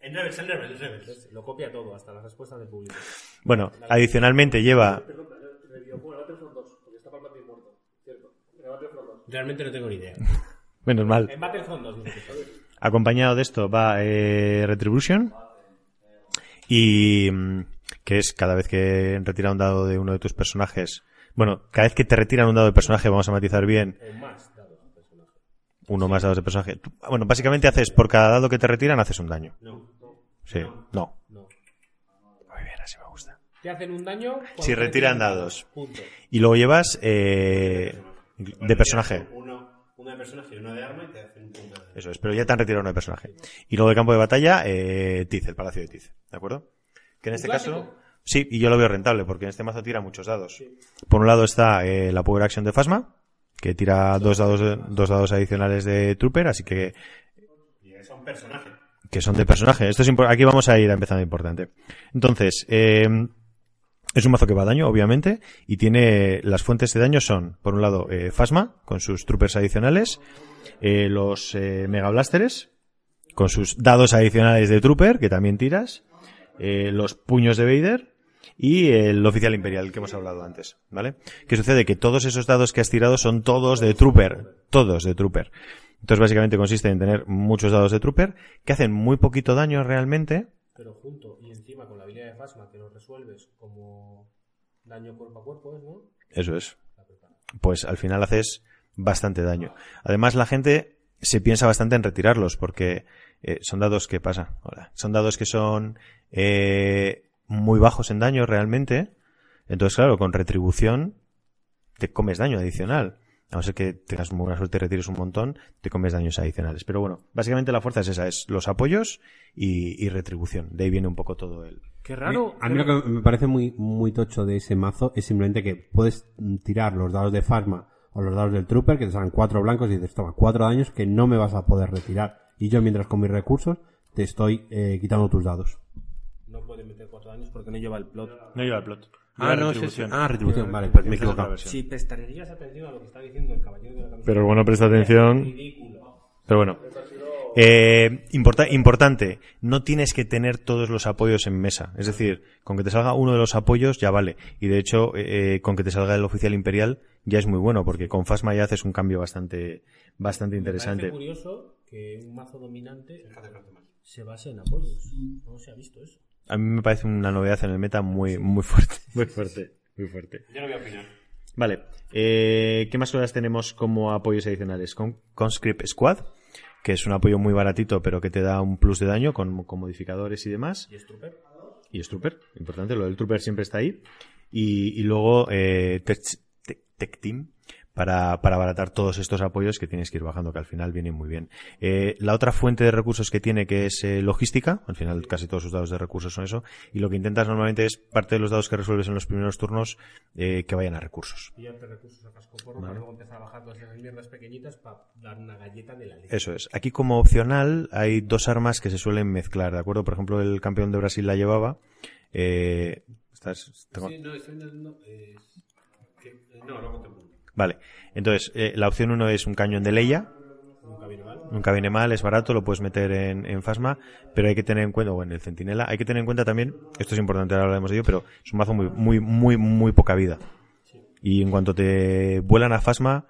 En Rebels, en Rebels, en Rebels. Lo copia todo, hasta las respuestas del público. bueno, adicionalmente lleva. Realmente no tengo ni idea. Menos mal. En Battlefront 2, dice que sí. Acompañado de esto va eh, Retribution. Y. mm, que es cada vez que retira un dado de uno de tus personajes. Bueno, cada vez que te retiran un dado de personaje, vamos a matizar bien. Uno más dados de personaje. Tú- ah, Bueno, básicamente haces por cada dado que te retiran, haces un daño. Sí, no. Muy bien, así me gusta. Te hacen un daño. cuando Si te retiran dados. Punto. Y luego llevas eh, de personaje. Uno, uno de personaje y uno de arma y te hacen un punto de... Eso es, pero ya te han retirado uno de personaje. Y luego de campo de batalla, eh, Tiz, el palacio de Tiz. ¿De acuerdo? Que en este caso. Sí, y yo lo veo rentable, porque en este mazo tira muchos dados. Por un lado está eh, la Power Action de Fasma, que tira dos dados, dos dados adicionales de Trooper, así que Son personajes. que son de personaje. Esto es impor- aquí vamos a ir a empezando importante. Entonces, eh, es un mazo que va a daño, obviamente, y tiene las fuentes de daño son, por un lado, eh, Fasma, con sus troopers adicionales, eh, los eh, Mega Blasters, con sus dados adicionales de trooper, que también tiras, eh, los puños de Vader, y el oficial imperial que hemos hablado antes, ¿vale? Que sucede que todos esos dados que has tirado son todos de trooper, todos de trooper. Entonces básicamente consiste en tener muchos dados de trooper que hacen muy poquito daño realmente. Pero junto y encima con la habilidad de Fasma que lo resuelves como daño cuerpo a cuerpo, ¿es, ¿no? Eso es. Pues al final haces bastante daño. Además la gente se piensa bastante en retirarlos porque eh, son dados que pasa. Hola. Son dados que son eh, muy bajos en daño realmente. Entonces claro, con retribución te comes daño adicional. A no ser que tengas muy buena suerte y retires un montón, te comes daños adicionales. Pero bueno, básicamente la fuerza es esa, es los apoyos y, y retribución. De ahí viene un poco todo el... Qué raro. A qué mí lo raro. que Me parece muy, muy tocho de ese mazo es simplemente que puedes mm, tirar los dados de Farma o los dados del Trooper, que te salen cuatro blancos y dices, toma, cuatro daños que no me vas a poder retirar. Y yo, mientras con mis recursos, te estoy eh, quitando tus dados. No puede meter cuatro daños porque no lleva el plot. No lleva el plot. Ah, retribución, vale, Esa pues me es otra he equivocado. versión. Si prestarías atención a lo que está diciendo el caballero de la camiseta. Pero bueno, presta sería atención. ridículo. Pero bueno. Eh, importa- importante, no tienes que tener todos los apoyos en mesa. Es decir, con que te salga uno de los apoyos ya vale. Y de hecho, eh, eh, con que te salga el oficial imperial ya es muy bueno, porque con Fasma ya haces un cambio bastante, bastante Parece interesante. curioso que un mazo dominante se base en apoyos. No se ha visto eso. A mí me parece una novedad en el meta muy, muy fuerte. Muy fuerte, muy fuerte. Yo no voy a opinar. Vale. eh, ¿Qué más cosas tenemos como apoyos adicionales? Con Conscript Squad, que es un apoyo muy baratito, pero que te da un plus de daño con, con modificadores y demás. ¿Y Strooper? Y es Trooper, importante, lo del Trooper siempre está ahí. Y, y luego eh, tech, Tech- Tech Team para, para abaratar todos estos apoyos que tienes que ir bajando, que al final vienen muy bien. Eh, la otra fuente de recursos que tiene, que es eh, logística, al final casi todos sus dados de recursos son eso, y lo que intentas normalmente es parte de los dados que resuelves en los primeros turnos eh, que vayan a recursos. Pillarte recursos a casco porro Vale. para luego empezar a bajar todas esas mierdas pequeñitas para dar una galleta de la ley. Eso es. Aquí como opcional hay dos armas que se suelen mezclar, ¿de acuerdo? Por ejemplo, el campeón de Brasil la llevaba. Eh, estás- tengo- no, estoy intentando. eh, que- no, luego te pongo. Vale. Entonces, eh, la opción uno es un cañón de Leia. Nunca viene mal, es barato, lo puedes meter en, en Fasma, pero hay que tener en cuenta, o en el Centinela, hay que tener en cuenta también, esto es importante, ahora hablaremos de ello, pero es un mazo muy, muy, muy, muy poca vida. Y en cuanto te vuelan a Fasma,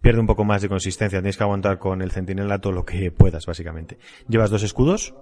pierde un poco más de consistencia, tienes que aguantar con el Centinela todo lo que puedas, básicamente. Llevas dos escudos,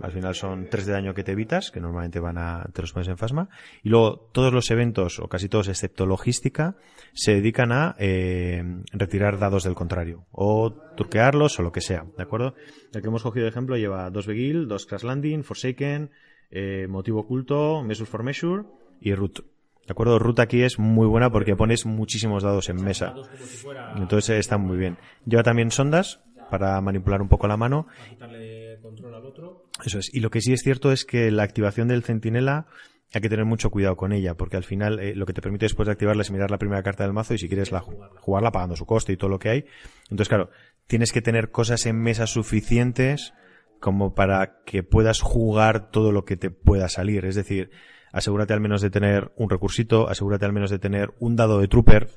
al final son tres de daño que te evitas, que normalmente van a, te los pones en Fasma. Y luego todos los eventos, o casi todos excepto logística, se dedican a eh, retirar dados del contrario, o turquearlos, o lo que sea, ¿de acuerdo? El que hemos cogido de ejemplo lleva dos Begil, dos Crash Landing, Forsaken, eh, Motivo Oculto, Measure for Measure y Root. ¿De acuerdo? Root aquí es muy buena porque pones muchísimos dados en mesa. Dados como si fuera Entonces eh, están muy bien. Lleva también sondas para manipular un poco la mano a quitarle control al otro. eso es. Y lo que sí es cierto es que la activación del centinela hay que tener mucho cuidado con ella, porque al final eh, lo que te permite después de activarla es mirar la primera carta del mazo y si quieres la, jugarla pagando su coste y todo lo que hay. Entonces, claro, tienes que tener cosas en mesa suficientes como para que puedas jugar todo lo que te pueda salir. Es decir, asegúrate al menos de tener un recursito, asegúrate al menos de tener un dado de trooper,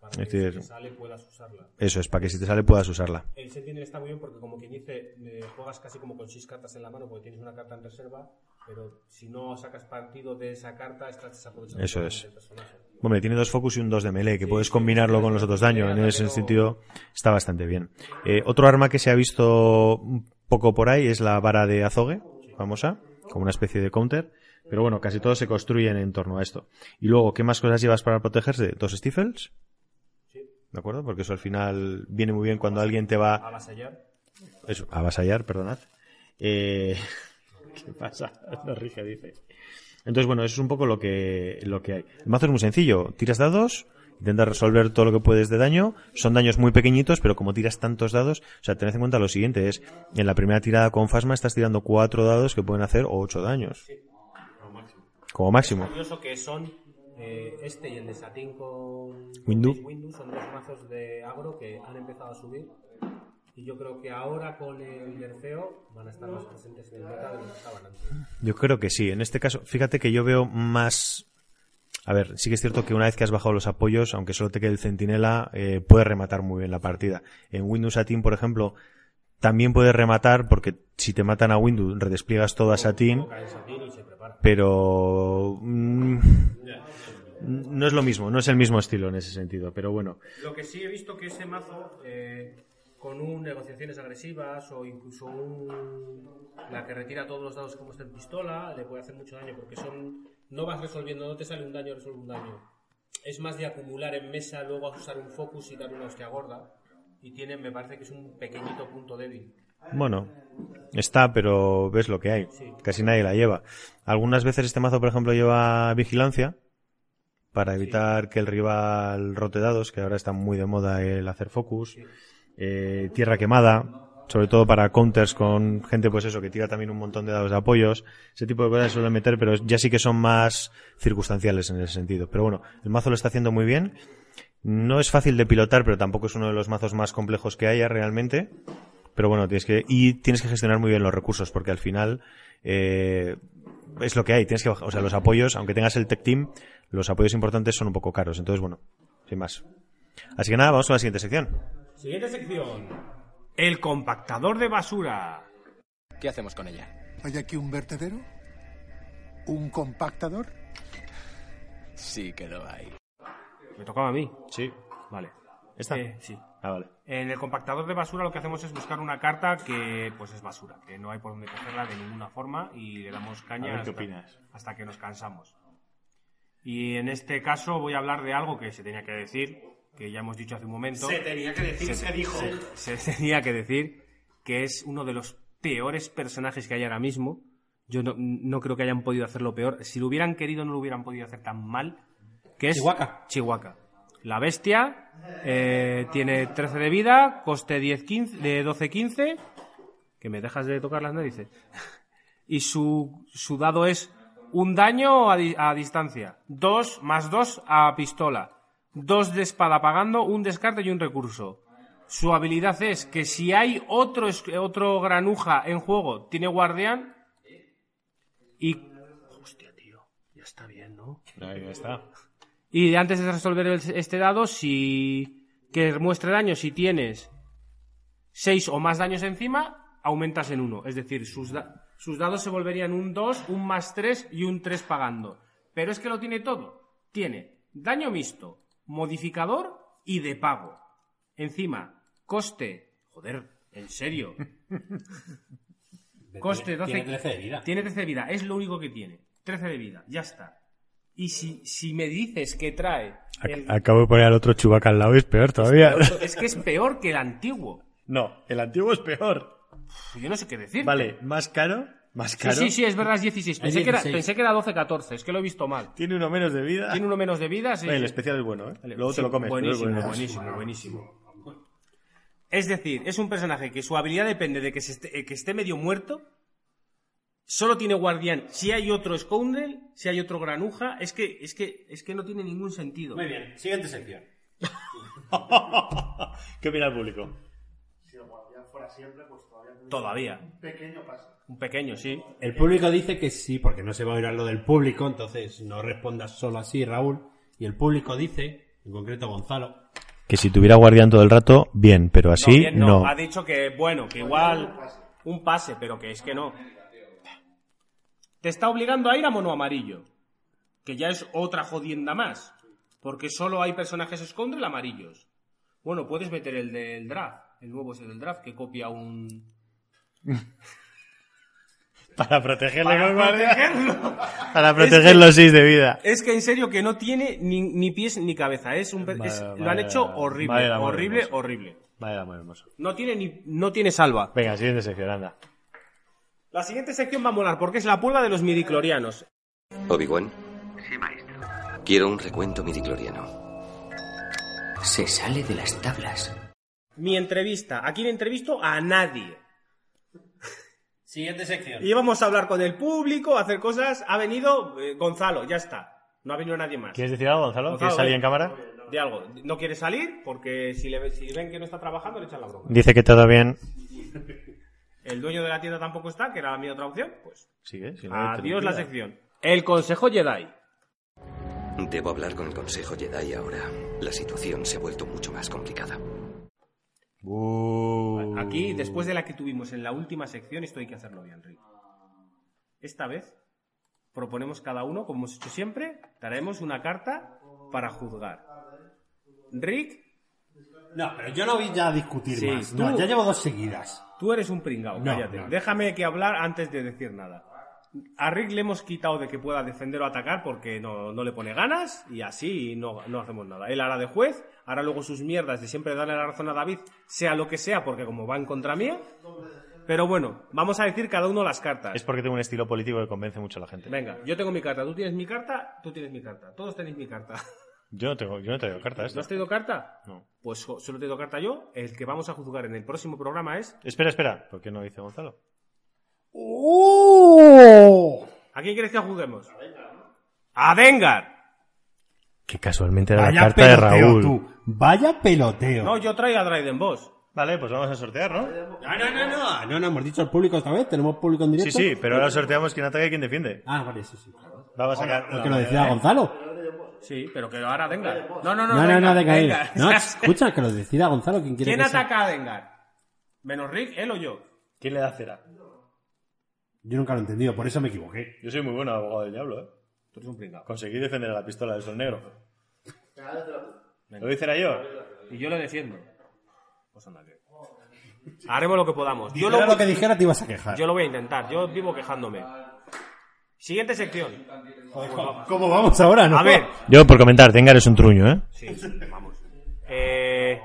Para Es que si decir- te sale puedas usarla. Eso es, para que si te sale puedas usarla. El Sentinel está muy bien porque, como quien dice, eh, juegas casi como con seis cartas en la mano porque tienes una carta en reserva, pero si no sacas partido de esa carta, estás desaprovechando Eso totalmente es. el personaje. Hombre, tiene dos focus y un 2 de melee, que puedes combinarlo con los otros daños. En ese sentido, está bastante bien. Eh, otro arma que se ha visto un poco por ahí es la vara de azogue, famosa, como una especie de counter. Pero bueno, casi todos se construyen en torno a esto. Y luego, ¿qué más cosas llevas para protegerse? ¿Dos stifles? ¿De acuerdo? Porque eso al final viene muy bien cuando alguien te va Avasallar. eso, avasallar, perdonad. Eh, ¿Qué pasa? No rige, dice. Entonces, bueno, eso es un poco lo que, lo que hay. El mazo es muy sencillo. Tiras dados, intentas resolver todo lo que puedes de daño. Son daños muy pequeñitos, pero como tiras tantos dados, o sea, tened en cuenta lo siguiente, es, en la primera tirada con Fasma estás tirando cuatro dados que pueden hacer ocho daños. Como máximo. curioso que son eh, este y el de Satín con Windu. Windu son dos mazos de agro que han empezado a subir. Y yo creo que ahora con el nerfeo van a estar más presentes en el meta de lo que estaban antes. Yo creo que sí. En este caso, fíjate que yo veo más. A ver, sí que es cierto que una vez que has bajado los apoyos, aunque solo te quede el centinela, eh, puedes rematar muy bien la partida. En Windows Satin, por ejemplo, también puedes rematar porque si te matan a Windows, redespliegas todo a Satin, Cae Satín y se prepara. pero. mm, no es lo mismo, no es el mismo estilo en ese sentido, pero bueno. Lo que sí he visto que ese mazo, eh, con un negociaciones agresivas o incluso un, la que retira todos los dados como está en pistola, le puede hacer mucho daño porque son no vas resolviendo, no te sale un daño, resuelve un daño. Es más de acumular en mesa, luego usar un focus y dar una hostia gorda. Y tiene, me parece que es un pequeñito punto débil. Bueno, está, pero ves lo que hay. Casi nadie la lleva. Algunas veces este mazo, por ejemplo, lleva vigilancia para evitar que el rival rote dados, que ahora está muy de moda el hacer focus. Eh, tierra quemada, sobre todo para counters con gente, pues eso, que tira también un montón de dados de apoyos. Ese tipo de cosas se suelen meter, pero ya sí que son más circunstanciales en ese sentido. Pero bueno, el mazo lo está haciendo muy bien. No es fácil de pilotar, pero tampoco es uno de los mazos más complejos que haya realmente. Pero bueno, tienes que, y tienes que gestionar muy bien los recursos, porque al final, eh, es lo que hay, tienes que bajar, o sea, los apoyos, aunque tengas el tech team, los apoyos importantes son un poco caros, entonces bueno, sin más. Así que nada, vamos con la siguiente sección. Siguiente sección. El compactador de basura. ¿Qué hacemos con ella? ¿Hay aquí un vertedero? ¿Un compactador? Sí que lo hay. ¿Me tocaba a mí? Sí. Vale. ¿Esta? sí. Ah, vale. En el compactador de basura lo que hacemos es buscar una carta que pues es basura, que no hay por dónde cogerla de ninguna forma y le damos caña A ver qué hasta- opinas. hasta que nos cansamos. Y en este caso voy a hablar de algo que se tenía que decir, que ya hemos dicho hace un momento. Se tenía que decir, se te- dijo. Se, se tenía que decir que es uno de los peores personajes que hay ahora mismo. Yo no, no creo que hayan podido hacerlo peor. Si lo hubieran querido, no lo hubieran podido hacer tan mal. Que es Chihuahua. La bestia eh, tiene 13 de vida, coste 10, 15, de 12-15. Que me dejas de tocar las narices y su, su dado es un daño a, di- a distancia, dos más dos a pistola, dos de espada pagando, un descarte y un recurso. Su habilidad es que si hay otro, es- otro granuja en juego, tiene guardián y... Hostia, tío, ya está bien, ¿no? Ahí está. Y antes de resolver el- este dado, si que muestre daño, si tienes 6 o más daños encima, aumentas en 1. Es decir, sus, da- sus dados se volverían un 2, un más 3 y un 3 pagando. Pero es que lo tiene todo. Tiene daño mixto, modificador y de pago. Encima, coste. Joder, en serio. Coste 12. Tiene 13 de vida. Tiene 13 de vida, es lo único que tiene. 13 de vida, ya está. Y si, si me dices que trae. el- Acabo de poner al otro chubaca al lado y es peor todavía. Es que es peor que el antiguo. No, el antiguo es peor. Yo no sé qué decir. Vale, más caro, más Sí, caro. sí, sí, es verdad, es 16. Pensé, Es Que, era, 16. pensé que era 12, 14, es que lo he visto mal. Tiene uno menos de vida. Tiene uno menos de vida, sí. El sí. especial es bueno, ¿eh? Vale, Luego sí, te lo comes. pero es Buenísimo, bueno. buenísimo, buenísimo. Es decir, es un personaje que su habilidad depende de que, se esté, eh, que esté medio muerto. Solo tiene guardián si hay otro Scoundrel, si hay otro Granuja. Es que, es que, es que no tiene ningún sentido. Muy bien, siguiente sección. ¿Qué opina el público? Si el guardián fuera siempre, pues todavía. tendría Todavía. Un pequeño paso. Un pequeño, sí. El público dice que sí, porque no se va a oír a lo del público, entonces no respondas solo así, Raúl. Y el público dice, en concreto Gonzalo, Que si tuviera guardián todo el rato, bien, pero así no. bien, no. Ha dicho que, bueno, que igual un pase, pero que es que no. Te está obligando a ir a mono amarillo, que ya es otra jodienda más, porque solo hay personajes Scoundrel amarillos. Bueno, puedes meter el del draft, el nuevo es el del draft, que copia un... Para protegerle Para con guardián. protegerlo. Para proteger los seis de vida. Es que en serio que no tiene ni, ni pies ni cabeza, es un... pe- Vale, es- lo vale, han hecho vale. horrible, Vale, pues. la madre horrible, hermosa. horrible. Vale, la muy hermoso. No tiene ni, no tiene salva. Venga, siguiente sección, anda. La siguiente sección va a molar porque es la purga de los midiclorianos. Obi-Wan. Quiero un recuento midicloriano. Se sale de las tablas. Mi entrevista. Aquí no entrevisto a nadie. Siguiente sección. Íbamos a hablar con el público, a hacer cosas. Ha venido eh, Gonzalo, ya está. No ha venido nadie más. ¿Quieres decir algo, Gonzalo? ¿Quieres Gonzalo, salir ven. en cámara? De algo. No quiere salir porque si, le, si ven que no está trabajando le echan la broma. Dice que todo bien. El dueño de la tienda tampoco está, que era mi otra opción. Pues Sigue, si no, adiós te la lo pido. sección. El Consejo Jedi. Debo hablar con el Consejo Jedi ahora. La situación se ha vuelto mucho más complicada. Aquí, después de la que tuvimos en la última sección, esto hay que hacerlo bien, Rick. Esta vez proponemos cada uno, como hemos hecho siempre, traemos una carta para juzgar. Rick. No, pero yo no voy ya a discutir Sí, más. tú- No, ya llevo dos seguidas. Tú eres un pringao, No, cállate. no, no. Déjame que hablar antes de decir nada. A Rick le hemos quitado de que pueda defender o atacar porque no, no le pone ganas y así no, no hacemos nada. Él hará de juez, hará luego sus mierdas de siempre darle la razón a David, sea lo que sea, porque como va en contra mía. Pero bueno, vamos a decir cada uno las cartas. Es porque tengo un estilo político que convence mucho a la gente. Venga, yo tengo mi carta, tú tienes mi carta, tú tienes mi carta, todos tenéis mi carta. Yo no tengo, yo no traigo cartas. ¿eh? ¿No has traído carta? No. Pues jo, solo te doy carta yo. El que vamos a juzgar en el próximo programa es... Espera, espera. ¿Por qué no dice Gonzalo? ¿A quién quieres que juzguemos? A Dengar. Que casualmente Vaya peloteo, tú. Vaya peloteo. No, yo traigo a Dryden Boss. Vale, pues vamos a sortear, ¿no? Ah, No, no, no, no. No, no, hemos dicho al público esta vez. Tenemos público en Sí, directo. sí, pero ahora sorteamos quién ataca y quién defiende. Ah, vale, sí, sí. Vamos a sacar. Lo que lo decía Gonzalo. Sí, pero que ahora Dengar. No, no, no. No, no, Dengar, no, de caer. Dengar. No, escucha, que lo decida Gonzalo. ¿Quién quiere ¿Quién que sea. ataca a Dengar? ¿Menos Rick, él o yo? ¿Quién le da cera? Yo nunca lo he entendido, por eso me equivoqué. Yo soy muy bueno abogado del diablo, ¿eh? Tú eres un pringao. Conseguí defender a la pistola del sol negro. ¿Lo hice era yo? Y yo lo defiendo. Pues anda, que- Haremos lo que podamos. Yo Dijera lo que dijera, te ibas a quejar. Yo lo voy a intentar. Yo vivo quejándome. Siguiente sección. ¿Cómo vamos ahora, no? A ver. Yo, por comentar, Tengar es un truño, ¿eh? Sí, vamos. Eh,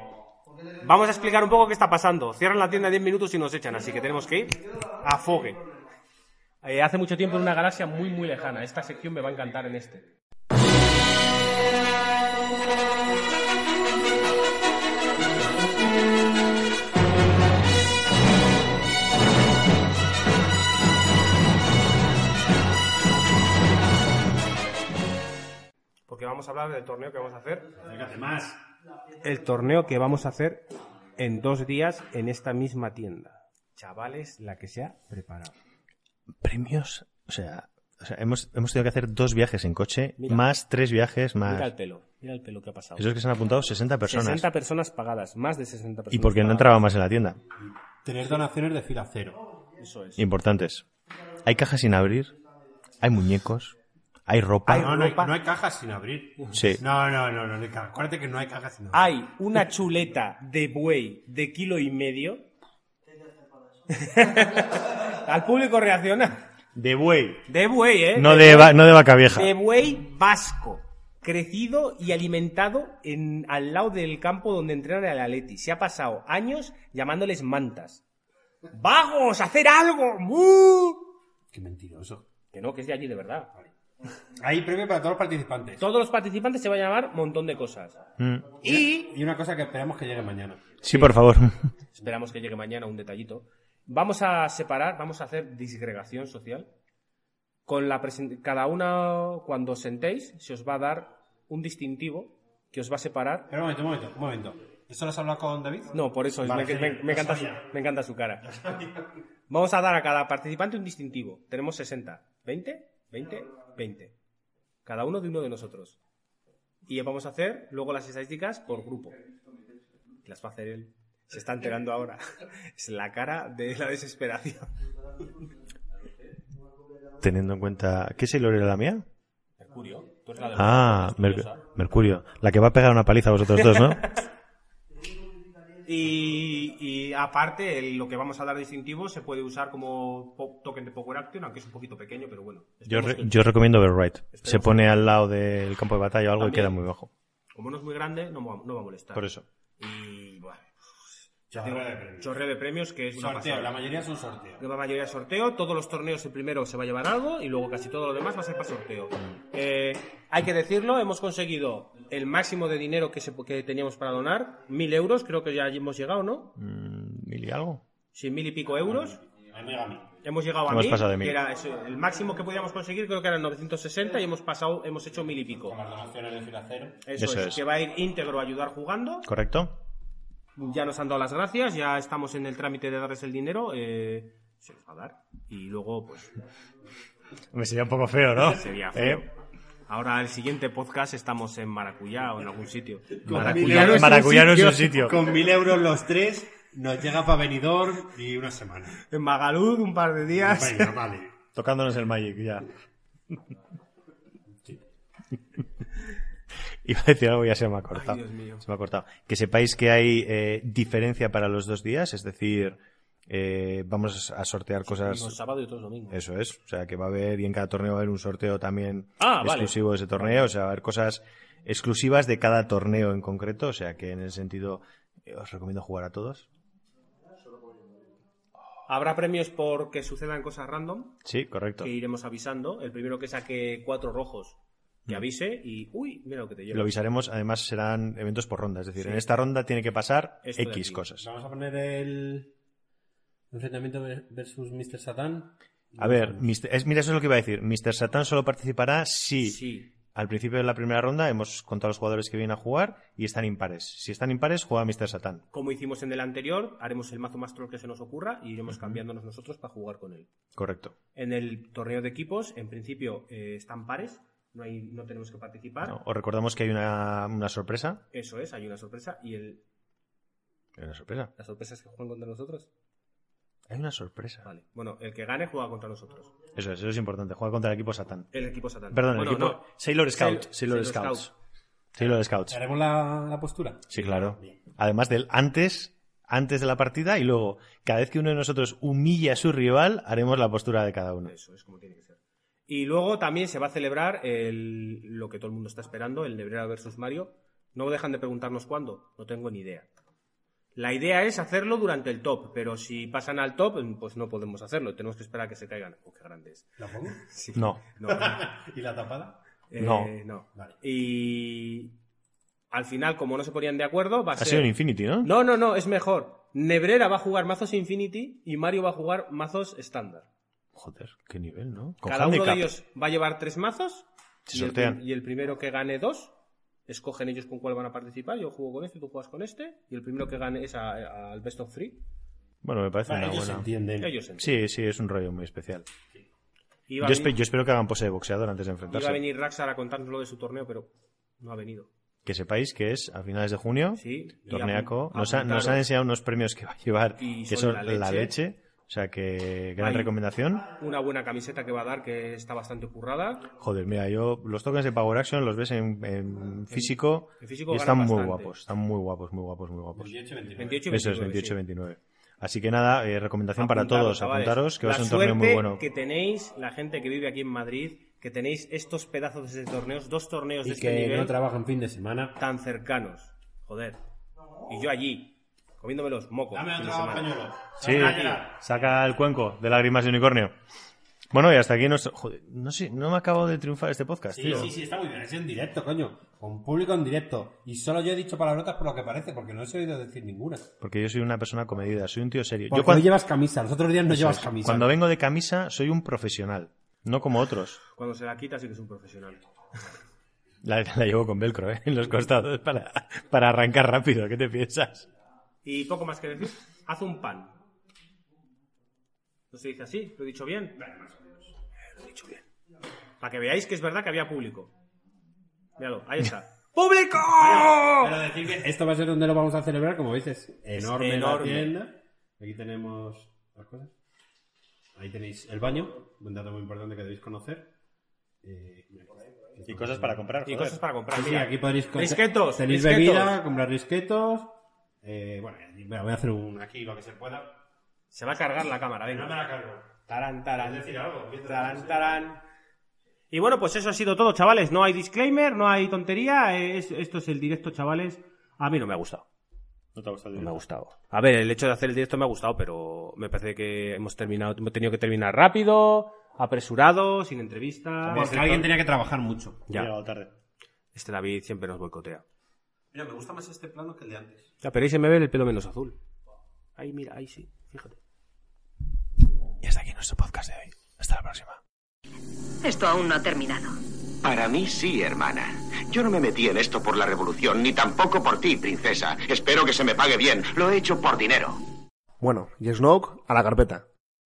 vamos a explicar un poco qué está pasando. Cierran la tienda en 10 minutos y nos echan, así que tenemos que ir a fogue. Eh, hace mucho tiempo en una galaxia muy, muy lejana. Esta sección me va a encantar en este. Porque vamos a hablar del torneo que vamos a hacer. más. El torneo que vamos a hacer en dos días en esta misma tienda. Chavales, la que se ha preparado. Premios, o sea, o sea, hemos, hemos tenido que hacer dos viajes en coche, Mira. más tres viajes, más... Mira el pelo, mira el pelo que ha pasado. Esos que se han apuntado, 60 personas. 60 personas pagadas, más de 60 personas. Y porque no pagadas. entraba más en la tienda. Tener donaciones de fila cero. Eso es. Importantes. Hay cajas sin abrir, hay muñecos, hay ropa. no, no hay, no hay cajas sin abrir. Sí. No, no, no, no, no hay cajas. Acuérdate que no hay cajas sin abrir. Hay una chuleta de buey de kilo y medio. Al público reacciona. De buey. De buey, ¿eh? No de, va- no de vaca vieja. De buey vasco, crecido y alimentado en, al lado del campo donde entrenan al Atleti. Se ha pasado años llamándoles mantas. ¡Vagos! ¡Hacer algo! ¡Mu! Qué mentiroso. Que no, que es de allí de verdad. Hay premio para todos los participantes. Todos los participantes se van a llamar montón de cosas. Mm. Y Y una cosa que esperamos que llegue mañana. Sí, por favor. esperamos que llegue mañana un detallito. Vamos a separar, vamos a hacer disgregación social. Con la presen- cada una, cuando os sentéis, se os va a dar un distintivo que os va a separar Pero un momento, un momento, un momento. ¿Esto lo has hablado con David? No, por eso, Vale, me, genial, me- lo me encanta su, sabía. me encanta su cara. Vamos a dar a cada participante un distintivo. Tenemos 60. 20, 20, 20. Cada uno de uno de nosotros. Y vamos a hacer luego las estadísticas por grupo. las va a hacer él. Se está enterando ahora. Es la cara de la desesperación. Teniendo en cuenta. ¿Qué Sailor era la mía? Mercurio. Tú eres la de los Ah, ojos, Merc- curiosa. Mercurio. La que va a pegar una paliza a vosotros dos, ¿no? Y, y aparte, el- lo que vamos a dar distintivo se puede usar como po- token de Power Action, aunque es un poquito pequeño, pero bueno. Yo, Esperemos re- que- yo recomiendo Override. Se Esperemos pone al lado del campo de batalla o algo También. y queda muy bajo. Como no es muy grande, no, va- no va a molestar. Por eso. Y bueno. pues, ya Chorreo tengo de premios. Chorreo de premios que es una Sorteo, pasada. la mayoría son sorteo. La mayoría es sorteo, todos los torneos el primero se va a llevar algo y luego casi todo lo demás va a ser para sorteo. Eh, hay que decirlo, hemos conseguido el máximo de dinero que, se- que teníamos para donar, mil euros, creo que ya hemos llegado, ¿no? ¿Mil y Mm, algo? Sí, mil y pico euros. Hemos llegado a Hemos mil, pasado de que mil. era eso, el máximo que podíamos conseguir creo que eran 960 y hemos pasado, hemos hecho mil y pico. Eso, Eso es, es. que va a ir íntegro a ayudar jugando. ¿Correcto? Ya nos han dado las gracias, ya estamos en el trámite de darles el dinero. eh, se les va a dar. Y luego, pues, Me sería un poco feo, ¿no? Sería feo. ¿Eh? Ahora, el siguiente podcast estamos en Maracuyá o en algún sitio. Con mil Maracuyá, euros no- un sitio. Con mil euros los tres, nos llega para Benidorm y una semana. En Magalud, un par de días. Venga, vale. Tocándonos el Magic, ya. Iba a decir algo y ya se me ha cortado. Dios mío. Se me ha cortado. Que sepáis que hay eh, diferencia para los dos días, es decir, eh, vamos a sortear cosas. Unos sábado y otros domingo. Eso es. O sea, que va a haber, y en cada torneo va a haber un sorteo también Ah, vale. exclusivo de ese torneo. O sea, va a haber cosas exclusivas de cada torneo en concreto. O sea, que en ese sentido eh, os recomiendo jugar a todos. Habrá premios por que sucedan cosas random Sí, correcto. que iremos avisando. El primero que saque cuatro rojos que avise y. Uy, mira lo que te llevo. Mm. Lo avisaremos. Además, serán eventos por ronda. Es decir, Sí. en esta ronda tiene que pasar Esto de X aquí. cosas. Pues Vamos a poner el enfrentamiento ver- versus Mr. Satan. A ver, Mr. es- mira, eso es lo que iba a decir. Mr. Satan solo participará si al principio de la primera ronda hemos contado a los jugadores que vienen a jugar y están impares. Si están impares, juega Mr. Satan. Como hicimos en el anterior, haremos el mazo más troll que se nos ocurra y iremos cambiándonos nosotros para jugar con él. Correcto. En el torneo de equipos, en principio, eh, están pares, no, hay, no tenemos que participar. ¿No? Os recordamos que hay una, una sorpresa. Eso es, hay una sorpresa. Y el, Hay una sorpresa. la sorpresa es que juegan contra nosotros. Hay una sorpresa. Vale. Bueno, el que gane juega contra nosotros. Eso es, eso es importante. Juega contra el equipo Satan. El equipo Satán. Perdón, Bueno, el equipo no. Sailor Sail- Scout. Sailor, Sailor Scouts. Scout. Sailor Scouts. ¿Haremos la, la postura? Sí, claro. Además del antes, antes de la partida y luego, cada vez que uno de nosotros humilla a su rival, haremos la postura de cada uno. Eso es como tiene que ser. Y luego también se va a celebrar el- lo que todo el mundo está esperando, el Nebrera versus Mario. No dejan de preguntarnos cuándo, no tengo ni idea. La idea es hacerlo durante el top, pero si pasan al top, pues no podemos hacerlo. Tenemos que esperar a que se caigan. Oh, qué grande es. ¿La pongo? Sí. No. No. ¿Y la tapada? Eh, No. Vale. Y al final, como no se ponían de acuerdo, va a Ha ser... sido un Infinity, ¿no? No, no, no, es mejor. Nebrera va a jugar mazos Infinity y Mario va a jugar mazos estándar. Joder, qué nivel, ¿no? Con Cada uno de handicap. ellos va a llevar tres mazos. Se y el sortean. prim- Y el, primero que gane dos, escogen ellos con cuál van a participar. Yo juego con este, tú juegas con este. Y el primero que gane es a- al best of three. Bueno, me parece Vale, una ellos buena. se entienden. Ellos se entienden. Sí, sí, es un rollo muy especial. Iba Yo, a, espe- venir, yo espero que hagan pose de boxeador antes de iba a enfrentarse. venir Raxar a contarnos lo de su torneo, pero no ha venido. Que sepáis que es a finales de junio, Sí, y torneaco. apun- Nos, ha- nos apuntaros. han enseñado unos premios que va a llevar, Y que son son la la leche. leche. O sea que gran Ahí. recomendación. Una buena camiseta que va a dar, que está bastante currada. Joder, mira, yo los tokens de Power Action los ves en, en físico, en físico y están ganan muy bastante. guapos, están muy guapos, muy guapos, muy guapos. 28 y Eso es, 29, sí. 28-29. Así que nada, eh, recomendación para Apuntaros, todos, chavales. apuntaros, que va a ser La un torneo muy suerte bueno. que tenéis, la gente que vive aquí en Madrid, que tenéis estos pedazos de torneos, dos torneos de Y este que nivel no trabajan fin de semana. tan cercanos. Joder. Y yo allí, comiéndome los mocos. Dame fin de otro semana. pañuelo. Sí, saca el cuenco de lágrimas de unicornio. Bueno, y hasta aquí nuestro... Joder, no sé, no me acabo de triunfar este podcast, Sí, tío. sí, sí, está muy bien. Es en directo, coño. Con público en directo. Y solo yo he dicho palabrotas por lo que parece, porque no os he oído decir ninguna. Porque yo soy una persona comedida, soy un tío serio. Porque yo cuan- no llevas camisa. Los otros días no Eso llevas es, camisa. cuando vengo de camisa soy un profesional, no como otros. Cuando se la quita sí que es un profesional. La, la llevo con velcro, ¿eh? En los costados para, para arrancar rápido, ¿qué te piensas? Y poco más que decir. Haz un pan. ¿No se dice así? ¿Lo he dicho bien? Lo he dicho bien. Para que veáis que es verdad que había público. Míralo, ahí está. ¡Público! Pero decir que esto va a ser donde lo vamos a celebrar, como veis, es enorme, enorme. la tienda. Aquí tenemos las cosas. Ahí tenéis el baño, un dato muy importante que debéis conocer. Eh, Y cosas para comprar, Y joder. cosas para comprar. Sí, mira. aquí podéis comprar. Risquetos. Tenéis risquetos. bebida, comprar risquetos. Eh, bueno, y- mira, voy a hacer un aquí lo que se pueda. Se va a cargar la cámara, venga. No me la cargo. Tarán, tarán. ¿Quieres decir algo? Mientras- Tarán, tarán. Y bueno, pues eso ha sido todo, chavales. No hay disclaimer, no hay tontería. Eh, es- esto es el directo, chavales. A mí no me ha gustado. No te ha gustado. No me ha gustado. A ver, el hecho de hacer el directo me ha gustado, pero me parece que hemos terminado, hemos tenido que terminar rápido, apresurado, sin entrevistas. Porque alguien tenía que trabajar mucho. Ya. Llegado tarde. Este David siempre nos boicotea. Mira, me gusta más este plano que el de antes. Ya, pero ahí se me ve el pelo menos azul. Ahí, mira, ahí sí, fíjate. Y hasta aquí nuestro podcast de hoy. Hasta la próxima. Esto aún no ha terminado. Para mí sí, hermana. Yo no me metí en esto por la revolución, ni tampoco por ti, princesa. Espero que se me pague bien. Lo he hecho por dinero. Bueno, y Snoke a la carpeta.